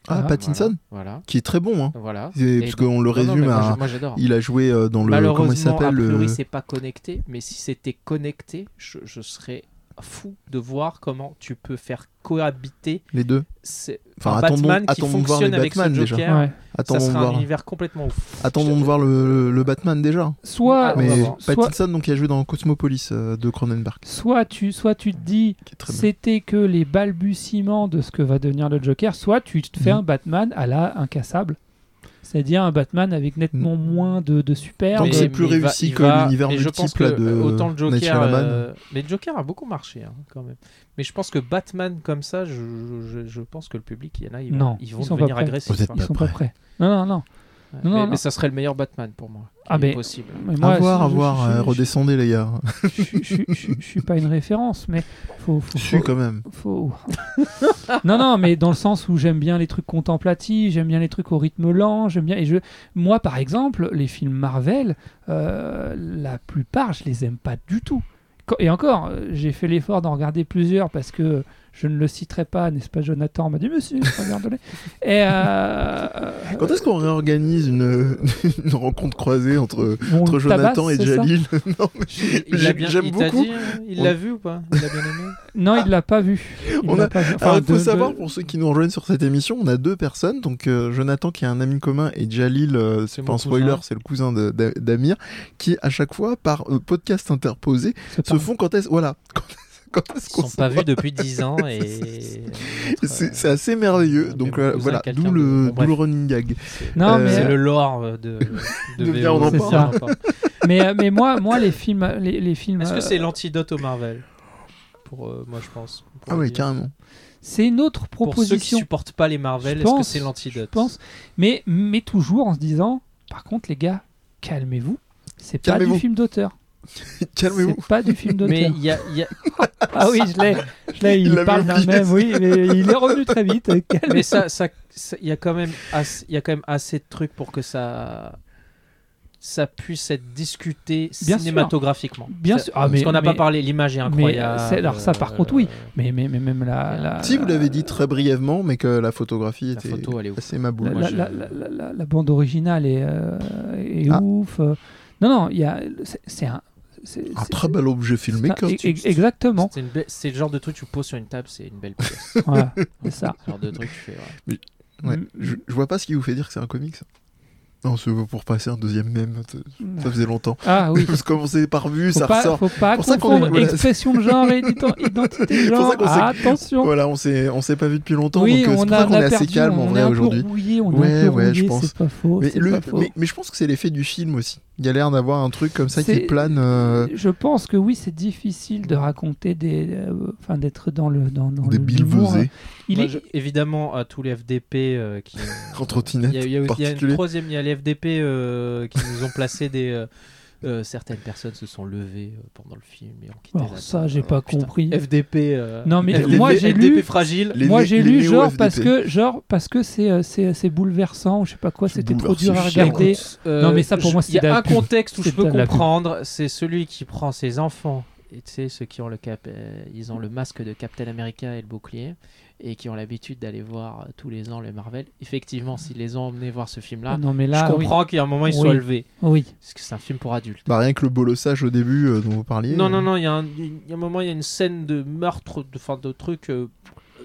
Speaker 1: Ah,
Speaker 2: Ah,
Speaker 1: Pattinson,
Speaker 3: Voilà.
Speaker 1: qui est très bon. Hein.
Speaker 3: Voilà.
Speaker 1: C'est-
Speaker 3: Et
Speaker 1: Parce
Speaker 3: donc-
Speaker 1: qu'on le
Speaker 3: Non, non,
Speaker 1: résume
Speaker 3: mais moi,
Speaker 1: à.
Speaker 3: je- Moi, j'adore.
Speaker 1: Il a joué euh, dans le. Comment il
Speaker 3: Malheureusement,
Speaker 1: s'appelle euh,
Speaker 3: a priori,
Speaker 1: le-
Speaker 3: c'est pas connecté, mais si c'était connecté, je, je serais fou de voir comment tu peux faire cohabiter
Speaker 1: Les deux.
Speaker 3: ces-
Speaker 1: Enfin,
Speaker 3: un
Speaker 1: attendons-
Speaker 3: Batman qui
Speaker 1: attendons de voir les
Speaker 3: fonctionne avec ce
Speaker 1: Batman, déjà.
Speaker 3: Joker.
Speaker 2: Ouais.
Speaker 3: Ça
Speaker 1: Attendons de
Speaker 3: serait un
Speaker 1: voir.
Speaker 3: univers complètement ouf.
Speaker 1: Attendons de voir le, le Batman déjà.
Speaker 2: Soit,
Speaker 3: Ah, on va
Speaker 1: Mais
Speaker 3: voir.
Speaker 2: soit,
Speaker 1: Pattinson, donc, il a joué dans Cosmopolis euh, de Cronenberg,
Speaker 2: soit tu, soit tu te dis
Speaker 1: qui est très bien.
Speaker 2: c'était que les balbutiements de ce que va devenir le Joker, soit tu te fais
Speaker 1: Mhm.
Speaker 2: un Batman à la incassable. C'est-à-dire un Batman avec nettement moins de, de super.
Speaker 1: Tant que
Speaker 2: mais-
Speaker 1: Mm. c'est plus
Speaker 3: il va-
Speaker 1: réussi
Speaker 3: il
Speaker 1: que
Speaker 3: va-
Speaker 1: l'univers
Speaker 3: mais je
Speaker 1: multiple,
Speaker 3: pense que,
Speaker 1: là, de
Speaker 3: euh, autant le
Speaker 1: Night
Speaker 3: Joker,
Speaker 1: Shyamalan.
Speaker 3: euh, mais le Joker a beaucoup marché hein, quand même. Mais je pense que Batman comme ça, je, je- je- je pense que le public, il y en a, ils vont,
Speaker 2: Non,
Speaker 3: ils vont
Speaker 2: ils sont pas
Speaker 3: devenir
Speaker 2: prêts.
Speaker 3: agressifs.
Speaker 1: Peut-être
Speaker 3: hein.
Speaker 2: ils sont pas prêts. Non, non, non. Non,
Speaker 3: Ouais. mais,
Speaker 2: non,
Speaker 3: mais
Speaker 2: non.
Speaker 3: ça serait le meilleur Batman pour moi.
Speaker 2: Ah,
Speaker 3: qui est
Speaker 2: mais-
Speaker 3: possible.
Speaker 2: Mais
Speaker 1: À
Speaker 2: moi,
Speaker 1: voir,
Speaker 2: je-
Speaker 1: à
Speaker 2: je-
Speaker 1: voir.
Speaker 2: je-
Speaker 1: euh,
Speaker 2: je-
Speaker 1: Redescendez, les gars.
Speaker 2: je, je- je- je suis pas une référence, mais faut, faut,
Speaker 1: Je suis
Speaker 2: faut,
Speaker 1: quand même.
Speaker 2: faut- non, non, mais dans le sens où j'aime bien les trucs contemplatifs, j'aime bien les trucs au rythme lent, j'aime bien. Et je, moi, par exemple, les films Marvel, euh, la plupart, je les aime pas du tout. Co- Et encore, euh, j'ai fait l'effort d'en regarder plusieurs parce que je ne le citerai pas, n'est-ce pas, Jonathan On m'a dit, monsieur, regarde-les. Et euh,
Speaker 1: Quand est-ce qu'on réorganise une, une rencontre croisée entre,
Speaker 2: on
Speaker 1: entre
Speaker 2: le
Speaker 1: Jonathan et
Speaker 2: tabasse, c'est ça
Speaker 1: Jalil Non, mais
Speaker 3: Il- il l'a
Speaker 1: J'aime-
Speaker 3: bien-
Speaker 1: j'aime
Speaker 3: il t'a
Speaker 1: beaucoup.
Speaker 3: dit, hein, il l'a vu ou pas Il l'a bien aimé
Speaker 2: Non, il l'a pas vu. Il
Speaker 1: On
Speaker 2: l'a
Speaker 1: a-
Speaker 2: pas vu. Enfin,
Speaker 1: Alors, il faut
Speaker 2: de- de-
Speaker 1: savoir, pour ceux qui nous rejoignent sur cette émission, on a deux personnes. Donc, euh, Jonathan, qui est un ami commun, et Jalil, euh, c'est
Speaker 3: C'est
Speaker 1: pas
Speaker 3: mon
Speaker 1: un spoiler,
Speaker 3: cousin.
Speaker 1: c'est le cousin de- d'A- d'Amir, qui, à chaque fois, par euh, podcast interposé,
Speaker 2: c'est
Speaker 1: se
Speaker 2: pas-
Speaker 1: font quand est-ce. Voilà. Quand est-ce
Speaker 3: Ils
Speaker 1: qu'on
Speaker 3: ne sont
Speaker 1: se-
Speaker 3: pas vus depuis 10 ans et.
Speaker 1: C'est c'est assez merveilleux.
Speaker 3: Ah, Mais
Speaker 1: Donc,
Speaker 3: mon
Speaker 1: euh,
Speaker 3: cousin,
Speaker 1: voilà,
Speaker 3: quelqu'un
Speaker 1: d'où
Speaker 3: de-
Speaker 1: le,
Speaker 3: bon, bref.
Speaker 1: d'où le running gag.
Speaker 2: Non,
Speaker 1: Euh,
Speaker 2: mais
Speaker 3: C'est le lore euh, de.
Speaker 1: De bien, on
Speaker 2: en
Speaker 3: C'est
Speaker 2: parle.
Speaker 3: ça.
Speaker 2: mais, euh, mais moi, moi, les films, les, les films,
Speaker 3: Est-ce que c'est
Speaker 2: euh,
Speaker 3: l'antidote au Marvel Pour euh, moi, je pense. on pourrait
Speaker 1: Ah, ouais,
Speaker 3: dire.
Speaker 1: carrément.
Speaker 2: c'est une autre
Speaker 3: Pour ceux qui
Speaker 2: proposition,
Speaker 3: supportent pas les
Speaker 2: Je
Speaker 3: Marvel, est-ce que
Speaker 2: pense,
Speaker 3: c'est l'antidote
Speaker 2: je pense. Mais, mais toujours en se disant, par contre, les gars, calmez-vous. C'est pas
Speaker 1: Calmez-vous.
Speaker 2: du film d'auteur.
Speaker 1: Calmez-vous.
Speaker 2: C'est pas du film
Speaker 3: Mais
Speaker 2: d'auteur.
Speaker 3: il y a, il y a-
Speaker 2: Ah oui, je l'ai. Je l'ai. Il,
Speaker 1: l'a
Speaker 2: parle d'un
Speaker 1: oublié.
Speaker 2: même. Oui, mais il est revenu très vite.
Speaker 3: mais
Speaker 2: Calmez.
Speaker 3: ça, ça, ça- il y a quand même, assez, il y a quand même assez de trucs pour que ça, ça puisse être discuté
Speaker 2: Bien sûr.
Speaker 3: cinématographiquement.
Speaker 2: Bien
Speaker 3: Ça-
Speaker 2: sûr. Ah, mais-
Speaker 3: parce qu'on n'a pas
Speaker 2: mais- euh,
Speaker 3: parlé, l'image est incroyable.
Speaker 2: c'est- alors ça, par contre, oui.
Speaker 3: euh,
Speaker 2: Mais, mais, mais même la. la
Speaker 1: Si vous
Speaker 2: la-
Speaker 1: l'avez dit très brièvement, mais que la photographie
Speaker 3: Ah.
Speaker 1: était
Speaker 3: La photo, elle est ouf.
Speaker 1: assez ma
Speaker 2: La,
Speaker 1: boule.
Speaker 3: Moi,
Speaker 2: la-
Speaker 3: je-
Speaker 2: la- la- la- la bande originale est, euh, est
Speaker 1: Ah.
Speaker 2: ouf. Euh, Non, non, il y a. c'est- C'est un. c'est-
Speaker 1: Un
Speaker 2: c'est-
Speaker 1: très bel objet filmé.
Speaker 2: c'est un-
Speaker 1: quoi.
Speaker 2: e- e- Exactement.
Speaker 3: C'est, une belle- c'est le genre de truc que tu poses sur une table, c'est une belle pièce.
Speaker 2: Voilà, c'est ça.
Speaker 3: Ce genre de truc, tu fais. ouais.
Speaker 1: Ouais. Je, je vois pas ce qui vous fait dire que c'est un comics. Non, c'est pour passer un deuxième même. Ça faisait longtemps.
Speaker 2: Ah oui.
Speaker 1: Parce que comme on s'est pas revu,
Speaker 2: Faut
Speaker 1: ça
Speaker 2: pas,
Speaker 1: ressort.
Speaker 2: faut pas
Speaker 1: Pour ça qu'on
Speaker 2: confondre
Speaker 1: est- voilà.
Speaker 2: expression de genre et ident- identité de
Speaker 1: Pour
Speaker 2: genre.
Speaker 1: ça qu'on s'est-
Speaker 2: Attention.
Speaker 1: Voilà, on s'est on s'est pas vu depuis longtemps,
Speaker 2: oui,
Speaker 1: donc euh, c'est
Speaker 2: on
Speaker 1: pour
Speaker 2: a,
Speaker 1: ça
Speaker 2: on
Speaker 1: qu'on est
Speaker 2: a
Speaker 1: assez
Speaker 2: perdu,
Speaker 1: calme en
Speaker 2: on
Speaker 1: vrai
Speaker 2: est un peu
Speaker 1: aujourd'hui.
Speaker 2: rouillé, on est
Speaker 1: Ouais,
Speaker 2: un peu
Speaker 1: ouais, je
Speaker 2: rouillé,
Speaker 1: pense.
Speaker 2: c'est pas faux.
Speaker 1: Mais,
Speaker 2: c'est
Speaker 1: le-
Speaker 2: pas faux.
Speaker 1: mais, mais je pense que c'est l'effet du film aussi. Il y a l'air d'avoir un truc comme ça qui
Speaker 2: C'est-
Speaker 1: plane. euh,
Speaker 2: Je pense que oui, c'est difficile de raconter des, euh, enfin d'être dans le dans, dans
Speaker 1: des
Speaker 2: le- hein.
Speaker 1: billes
Speaker 2: l'humour.
Speaker 1: pesées
Speaker 2: Il
Speaker 3: Moi,
Speaker 2: est,
Speaker 3: je- évidemment à tous les FDP euh, qui.
Speaker 1: en
Speaker 3: Il y a,
Speaker 1: trottinette
Speaker 3: il y a-
Speaker 1: en
Speaker 3: il y a
Speaker 1: particulier.
Speaker 3: une troisième, il y a les FDP euh, qui nous ont placé des. euh, euh, certaines personnes se sont levées euh, pendant le film et ont quitté.
Speaker 2: alors
Speaker 3: la
Speaker 2: ça,
Speaker 3: salle.
Speaker 2: j'ai pas
Speaker 3: Putain.
Speaker 2: compris.
Speaker 3: FDP. euh,
Speaker 2: Non, mais
Speaker 3: FDP,
Speaker 2: moi, j'ai
Speaker 3: FDP
Speaker 2: lu-
Speaker 3: fragile.
Speaker 1: Les
Speaker 2: Moi
Speaker 1: né-
Speaker 2: j'ai
Speaker 1: les
Speaker 2: lu
Speaker 1: néo
Speaker 2: genre
Speaker 1: FDP.
Speaker 2: parce que genre parce que c'est euh, c'est c'est bouleversant ou je sais pas quoi
Speaker 1: C'est
Speaker 2: c'était trop dur à
Speaker 1: bouleversant.
Speaker 2: regarder.
Speaker 3: Euh,
Speaker 2: Non, mais ça, pour
Speaker 3: je-
Speaker 2: moi, c'est
Speaker 3: Il y
Speaker 2: de la
Speaker 3: a un
Speaker 2: pub.
Speaker 3: contexte où
Speaker 2: C'est
Speaker 3: je peux
Speaker 2: de la pub.
Speaker 3: comprendre, c'est celui qui prend ses enfants. Et tu sais, ceux qui ont le cap, euh, ils ont le masque de Captain America et le bouclier, et qui ont l'habitude d'aller voir euh, tous les ans les Marvel. Effectivement, s'ils les ont emmenés voir ce film-là,
Speaker 2: Ah non mais là
Speaker 3: je
Speaker 2: oui.
Speaker 3: comprends qu'à un moment ils
Speaker 2: Oui.
Speaker 3: soient levés.
Speaker 2: oui.
Speaker 3: Parce que c'est un film pour adultes.
Speaker 1: Bah, rien que le bolossage au début euh, dont vous parliez.
Speaker 3: Non,
Speaker 1: euh,
Speaker 3: non, non, il y, a un- il y a un moment, il y a une scène de meurtre, de, enfin, de trucs euh,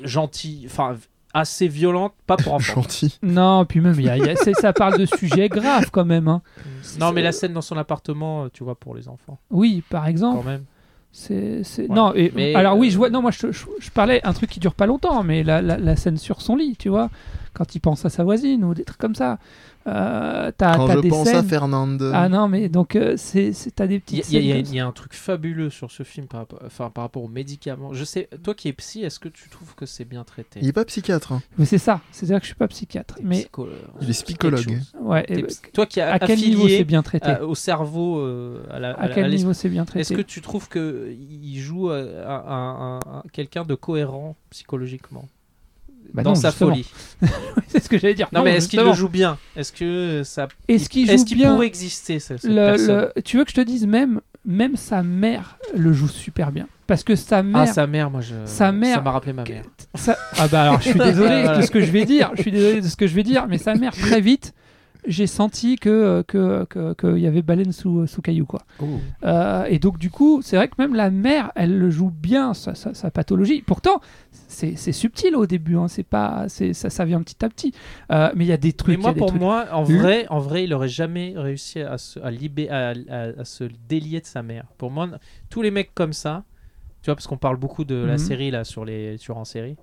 Speaker 3: gentils, enfin, assez violente, pas pour enfants.
Speaker 1: euh, Gentil.
Speaker 2: Non puis même il y a- il y a- c'est- ça parle de sujets graves quand même. hein.
Speaker 3: non, mais la scène dans son appartement, euh, tu vois, pour les enfants,
Speaker 2: Oui par exemple
Speaker 3: quand même.
Speaker 2: c'est c'est-
Speaker 3: Ouais.
Speaker 2: non et
Speaker 3: Mais,
Speaker 2: alors oui
Speaker 3: euh,
Speaker 2: je vois non moi je, je, je parlais un truc qui dure pas longtemps mais la, la, la scène sur son lit tu vois quand il pense à sa voisine ou des trucs comme ça euh, t'as
Speaker 1: Quand
Speaker 2: t'as
Speaker 1: je
Speaker 2: des
Speaker 1: pense à
Speaker 2: scènes
Speaker 1: Fernande.
Speaker 2: ah non mais donc euh, c'est c'est- t'as des
Speaker 3: Il y,
Speaker 2: petites
Speaker 3: a- il y a-
Speaker 2: scènes
Speaker 3: il
Speaker 2: comme
Speaker 3: y a un truc fabuleux sur ce film par rapport, enfin, par rapport aux médicaments. Je sais, toi qui es psy, est-ce que tu trouves que c'est bien traité
Speaker 1: Il est pas psychiatre. hein.
Speaker 2: ça. mais c'est ça c'est à dire que je suis pas psychiatre
Speaker 3: T'es
Speaker 2: mais
Speaker 3: psycholo-
Speaker 1: Il est
Speaker 3: quelque
Speaker 1: psychologue.
Speaker 3: chose.
Speaker 2: ouais
Speaker 3: T'es
Speaker 2: euh,
Speaker 3: psy- Toi qui as
Speaker 2: à quel niveau c'est
Speaker 3: affilié
Speaker 2: bien traité
Speaker 3: à- au cerveau, euh, à la- à
Speaker 2: À
Speaker 3: la- à
Speaker 2: quel
Speaker 3: l'esprit.
Speaker 2: niveau c'est bien traité
Speaker 3: euh, Est-ce que tu trouves que il joue euh, un- un- un- un- quelqu'un de cohérent psychologiquement
Speaker 2: Bah
Speaker 3: dans
Speaker 2: non,
Speaker 3: sa
Speaker 2: justement.
Speaker 3: folie
Speaker 2: C'est ce que j'allais dire.
Speaker 3: Non, mais est-ce qu'il le
Speaker 2: justement.
Speaker 3: joue bien Est-ce que ça
Speaker 2: Est-ce qu'il
Speaker 3: est-ce
Speaker 2: joue
Speaker 3: qu'il
Speaker 2: bien
Speaker 3: pourrait exister ce- cette
Speaker 2: le-
Speaker 3: personne
Speaker 2: le- Tu veux que je te dise même, même sa mère le joue super bien. Parce que sa
Speaker 3: Ah
Speaker 2: mère,
Speaker 3: sa mère, moi je
Speaker 2: Sa mère-
Speaker 3: ça m'a rappelé ma mère.
Speaker 2: sa- ah bah alors je suis désolé
Speaker 3: Voilà.
Speaker 2: de ce que je vais dire. Je suis désolé de ce que je vais dire, mais sa mère très vite, j'ai senti que euh, que que- que il y avait baleine sous sous caillou quoi. Euh, et donc du coup, c'est vrai que même la mère, elle le joue bien sa, sa- sa pathologie. Pourtant, c'est c'est subtil au début. hein. C'est pas, c'est ça, ça vient petit à petit. Euh, mais il y a des trucs.
Speaker 3: Mais moi
Speaker 2: il y a des
Speaker 3: pour
Speaker 2: trucs- Hum.
Speaker 3: moi en
Speaker 2: Lui-
Speaker 3: vrai en vrai il aurait jamais réussi à se à libé- à- à- à se délier de sa mère. Pour moi n- tous les mecs comme ça tu vois parce qu'on parle beaucoup de la
Speaker 2: Mhm.
Speaker 3: série là sur les sur en série.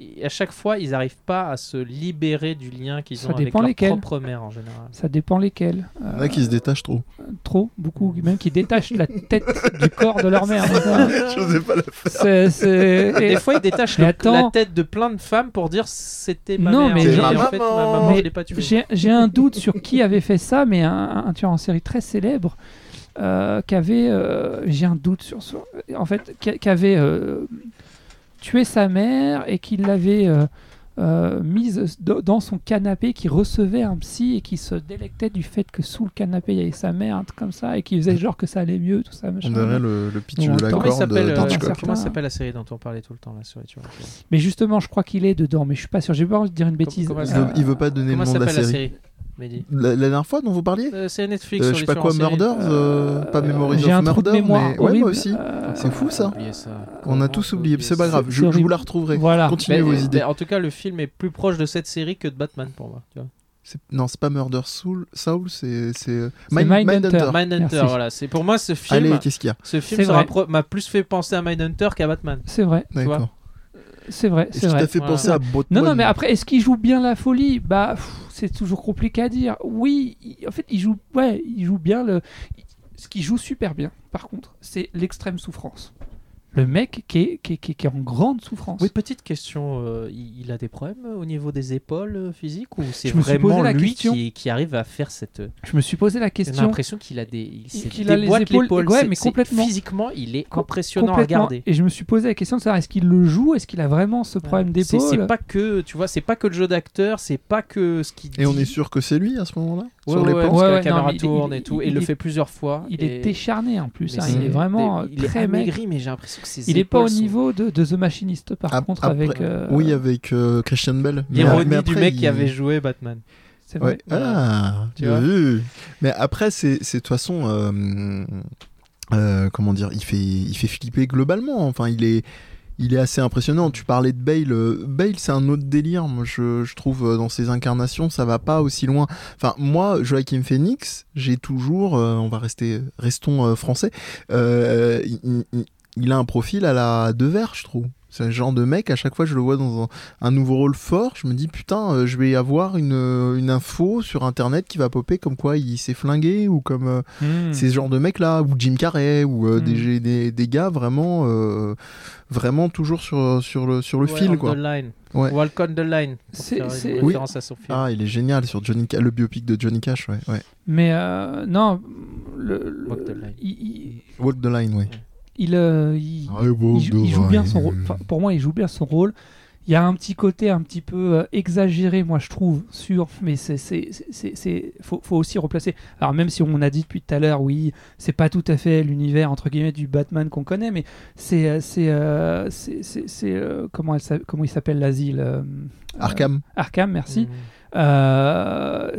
Speaker 3: Et à chaque fois, ils n'arrivent pas à se libérer du lien qu'ils
Speaker 2: Ça
Speaker 3: ont avec
Speaker 2: dépend
Speaker 3: leur
Speaker 2: lesquels.
Speaker 3: propre mère en général.
Speaker 2: Ça dépend lesquels.
Speaker 1: Il y en
Speaker 2: Euh,
Speaker 1: a qui se détachent trop.
Speaker 2: Trop, beaucoup, même qui détachent la tête du corps de leur mère.
Speaker 1: Je sais pas la faire.
Speaker 2: C'est- c'est- et-
Speaker 3: Des fois, ils détachent
Speaker 2: Mais
Speaker 3: le-
Speaker 2: attends.
Speaker 3: la tête de plein de femmes pour dire c'était ma
Speaker 2: Non,
Speaker 3: mère.
Speaker 2: mais
Speaker 3: Et
Speaker 1: genre-
Speaker 3: en
Speaker 1: Ma
Speaker 3: fait,
Speaker 1: maman.
Speaker 3: ma maman,
Speaker 2: Mais
Speaker 3: je l'ai pas tuée.
Speaker 2: J'ai j'ai un doute sur qui avait fait ça, mais un, un tueur en série très célèbre euh, qui avait, euh, j'ai un doute sur, sur- en fait, qui, qui avait euh, tué sa mère et qui l'avait euh, euh, mise d- dans son canapé, qui recevait un psy et qui se délectait du fait que sous le canapé il y avait sa mère, un truc comme ça, et qui faisait genre que ça allait mieux, tout ça.
Speaker 1: On
Speaker 2: machin.
Speaker 1: dirait le, le pitch
Speaker 2: Ouais,
Speaker 1: de la
Speaker 2: attends,
Speaker 3: Comment il
Speaker 1: corde
Speaker 3: s'appelle euh,
Speaker 1: d'Hitchcock.
Speaker 3: comment
Speaker 2: Certains.
Speaker 3: s'appelle la série dont on parlait tout le temps là sur les tueurs en série
Speaker 2: Mais justement, je crois qu'il est dedans, mais je suis pas sûr. J'ai pas envie de dire une bêtise.
Speaker 3: comment
Speaker 1: Il veut,
Speaker 3: ça-
Speaker 1: il veut pas donner
Speaker 3: Comment
Speaker 1: le nom de
Speaker 3: s'appelle
Speaker 1: la série.
Speaker 3: Mehdi
Speaker 1: La, la dernière fois dont vous parliez
Speaker 3: Euh, C'est Netflix.
Speaker 1: Euh,
Speaker 3: sur
Speaker 1: Je sais
Speaker 3: les
Speaker 1: pas
Speaker 3: tueurs
Speaker 1: quoi,
Speaker 3: en série.
Speaker 1: Murders euh, Pas Memories
Speaker 2: J'ai un
Speaker 1: of
Speaker 2: trou de
Speaker 1: Murder
Speaker 2: mémoire
Speaker 1: mais... Ouais,
Speaker 2: horrible.
Speaker 1: moi aussi.
Speaker 2: Euh,
Speaker 1: C'est fou ça.
Speaker 3: Oubliez ça.
Speaker 1: On
Speaker 3: Comment
Speaker 1: a tous
Speaker 3: peut
Speaker 1: oublié,
Speaker 3: oublier
Speaker 1: c'est pas
Speaker 3: ça
Speaker 1: grave,
Speaker 2: C'est
Speaker 1: je, je vous
Speaker 2: horrible.
Speaker 1: la retrouverai.
Speaker 2: Voilà.
Speaker 1: Continuez
Speaker 3: Mais- euh,
Speaker 1: vos
Speaker 3: mais
Speaker 1: idées.
Speaker 3: En tout cas, le film est plus proche de cette série que de Batman pour moi. tu vois.
Speaker 1: C'est- Non, c'est pas Murder Soul, Soul c'est. c'est euh,
Speaker 2: C'est
Speaker 1: Mind-
Speaker 2: Mindhunter.
Speaker 1: Mindhunter.
Speaker 3: Mindhunter,
Speaker 2: Merci.
Speaker 3: voilà. C'est pour moi ce film.
Speaker 1: Allez, qu'est-ce qu'il y a
Speaker 3: ce film
Speaker 2: C'est
Speaker 3: sera
Speaker 2: vrai.
Speaker 3: pro- m'a plus fait penser à Mindhunter qu'à Batman.
Speaker 2: C'est vrai,
Speaker 1: D'accord.
Speaker 2: c'est vrai,
Speaker 1: Est-ce
Speaker 2: c'est
Speaker 1: qu'il
Speaker 2: vrai.
Speaker 1: t'a fait
Speaker 3: Ouais.
Speaker 1: penser à Batman
Speaker 2: Non, non, mais après, est-ce qu'il joue bien la folie Bah, pff, c'est toujours compliqué à dire. Oui, il- en fait, il joue, ouais, il joue bien le. il- Ce qu'il joue super bien, par contre, c'est l'extrême souffrance. Le mec qui est, qui est- qui est- qui est en grande souffrance.
Speaker 3: Oui, petite question. euh, il il a des problèmes euh, au niveau des épaules euh, physiques ou c'est
Speaker 2: Je me suis
Speaker 3: vraiment
Speaker 2: posé la
Speaker 3: lui
Speaker 2: question.
Speaker 3: qui, qui arrive à faire cette. euh,
Speaker 2: Je me suis posé la
Speaker 3: J'ai
Speaker 2: question
Speaker 3: l'impression qu'il a des. Il, s'est
Speaker 2: qu'il a les
Speaker 3: déboîte
Speaker 2: épaules- ouais,
Speaker 3: C'est-
Speaker 2: mais
Speaker 3: c'est-
Speaker 2: complètement.
Speaker 3: Physiquement, il est
Speaker 2: Com-
Speaker 3: impressionnant à
Speaker 2: complètement,
Speaker 3: regarder.
Speaker 2: et je me suis posé la question de savoir est-ce qu'il le joue, est-ce qu'il a vraiment ce problème
Speaker 3: C'est-
Speaker 2: d'épaule
Speaker 3: C'est pas que tu vois, c'est pas que le jeu d'acteur, c'est pas que ce qu'il dit.
Speaker 1: Et on est sûr que c'est lui à ce moment-là
Speaker 3: Ouais,
Speaker 1: Sur
Speaker 3: ouais,
Speaker 1: les
Speaker 3: ouais,
Speaker 1: plans
Speaker 3: parce que
Speaker 2: Ouais,
Speaker 3: la
Speaker 2: ouais,
Speaker 3: caméra
Speaker 2: non, mais il-
Speaker 3: tourne et
Speaker 2: il-
Speaker 3: tout, et
Speaker 2: il
Speaker 3: il le
Speaker 2: est-
Speaker 3: fait plusieurs fois.
Speaker 2: Il
Speaker 3: et-
Speaker 2: est décharné en plus,
Speaker 3: mais
Speaker 2: hein,
Speaker 3: c'est-
Speaker 2: il est vraiment euh,
Speaker 3: il est
Speaker 2: très maigre.
Speaker 3: amaigri, mais j'ai l'impression que ses
Speaker 2: Il est pas au
Speaker 3: épaules sont-
Speaker 2: niveau de, de The Machiniste par
Speaker 1: Ap-
Speaker 2: contre
Speaker 1: après-
Speaker 2: avec. euh,
Speaker 1: Oui, avec euh, Christian Bell. Mais- mais
Speaker 3: L'ironie du
Speaker 1: après,
Speaker 3: mec
Speaker 1: il-
Speaker 3: qui avait joué Batman.
Speaker 2: c'est
Speaker 1: Ouais.
Speaker 2: vrai.
Speaker 1: Ah,
Speaker 3: Tu
Speaker 1: bien
Speaker 3: vois
Speaker 1: vu. Mais après, c'est c'est de toute façon. euh, euh, comment dire il fait, il fait flipper globalement. Enfin, il est. Il est assez impressionnant. Tu parlais de Bale. euh, Bale, c'est un autre délire. Moi, je, je trouve euh, dans ses incarnations, ça va pas aussi loin. Enfin, moi, Joaquin Phoenix, j'ai toujours. euh, on va rester, restons euh, français. euh, il, il- il a un profil à la Devers, je trouve. C'est- C'est le genre de mec, à chaque fois je le vois dans un, un nouveau rôle fort, je me dis putain, euh, je vais avoir une, euh, une info sur internet qui va popper comme quoi il s'est flingué ou comme euh,
Speaker 6: Hmm.
Speaker 1: ces genres de mecs là, ou Jim Carrey, ou
Speaker 2: Hmm.
Speaker 1: euh,
Speaker 6: Mm.
Speaker 1: des, des, des gars vraiment, euh, vraiment toujours sur, sur le, sur le fil
Speaker 3: on
Speaker 1: quoi.
Speaker 3: the line.
Speaker 1: Ouais.
Speaker 3: Walk on the line. pour
Speaker 2: C'est-
Speaker 3: faire
Speaker 2: c'est-
Speaker 3: une
Speaker 1: Oui.
Speaker 3: référence à son film.
Speaker 1: Ah, il est génial sur Johnny, Ca- le biopic de Johnny Cash, ouais. ouais.
Speaker 2: Mais euh, non, le, le-
Speaker 3: Walk the line.
Speaker 2: il, il-
Speaker 1: Walk the line, ouais.
Speaker 2: il, euh, il-
Speaker 1: Ah,
Speaker 2: il joue, il joue bien son rôle. Enfin, pour moi, il joue bien son rôle. Il y a un petit côté un petit peu euh, exagéré, moi je trouve, sûr, mais c'est c'est- c'est- c'est- faut, faut aussi replacer. Alors même si on a dit depuis tout à l'heure, oui, c'est pas tout à fait l'univers entre guillemets du Batman qu'on connaît, mais c'est euh, c'est euh, c'est- c'est- c'est, euh, comment elle s'appelle- comment il s'appelle l'asile euh,
Speaker 1: Arkham.
Speaker 2: Arkham, merci.
Speaker 3: Mhm.
Speaker 2: Euh,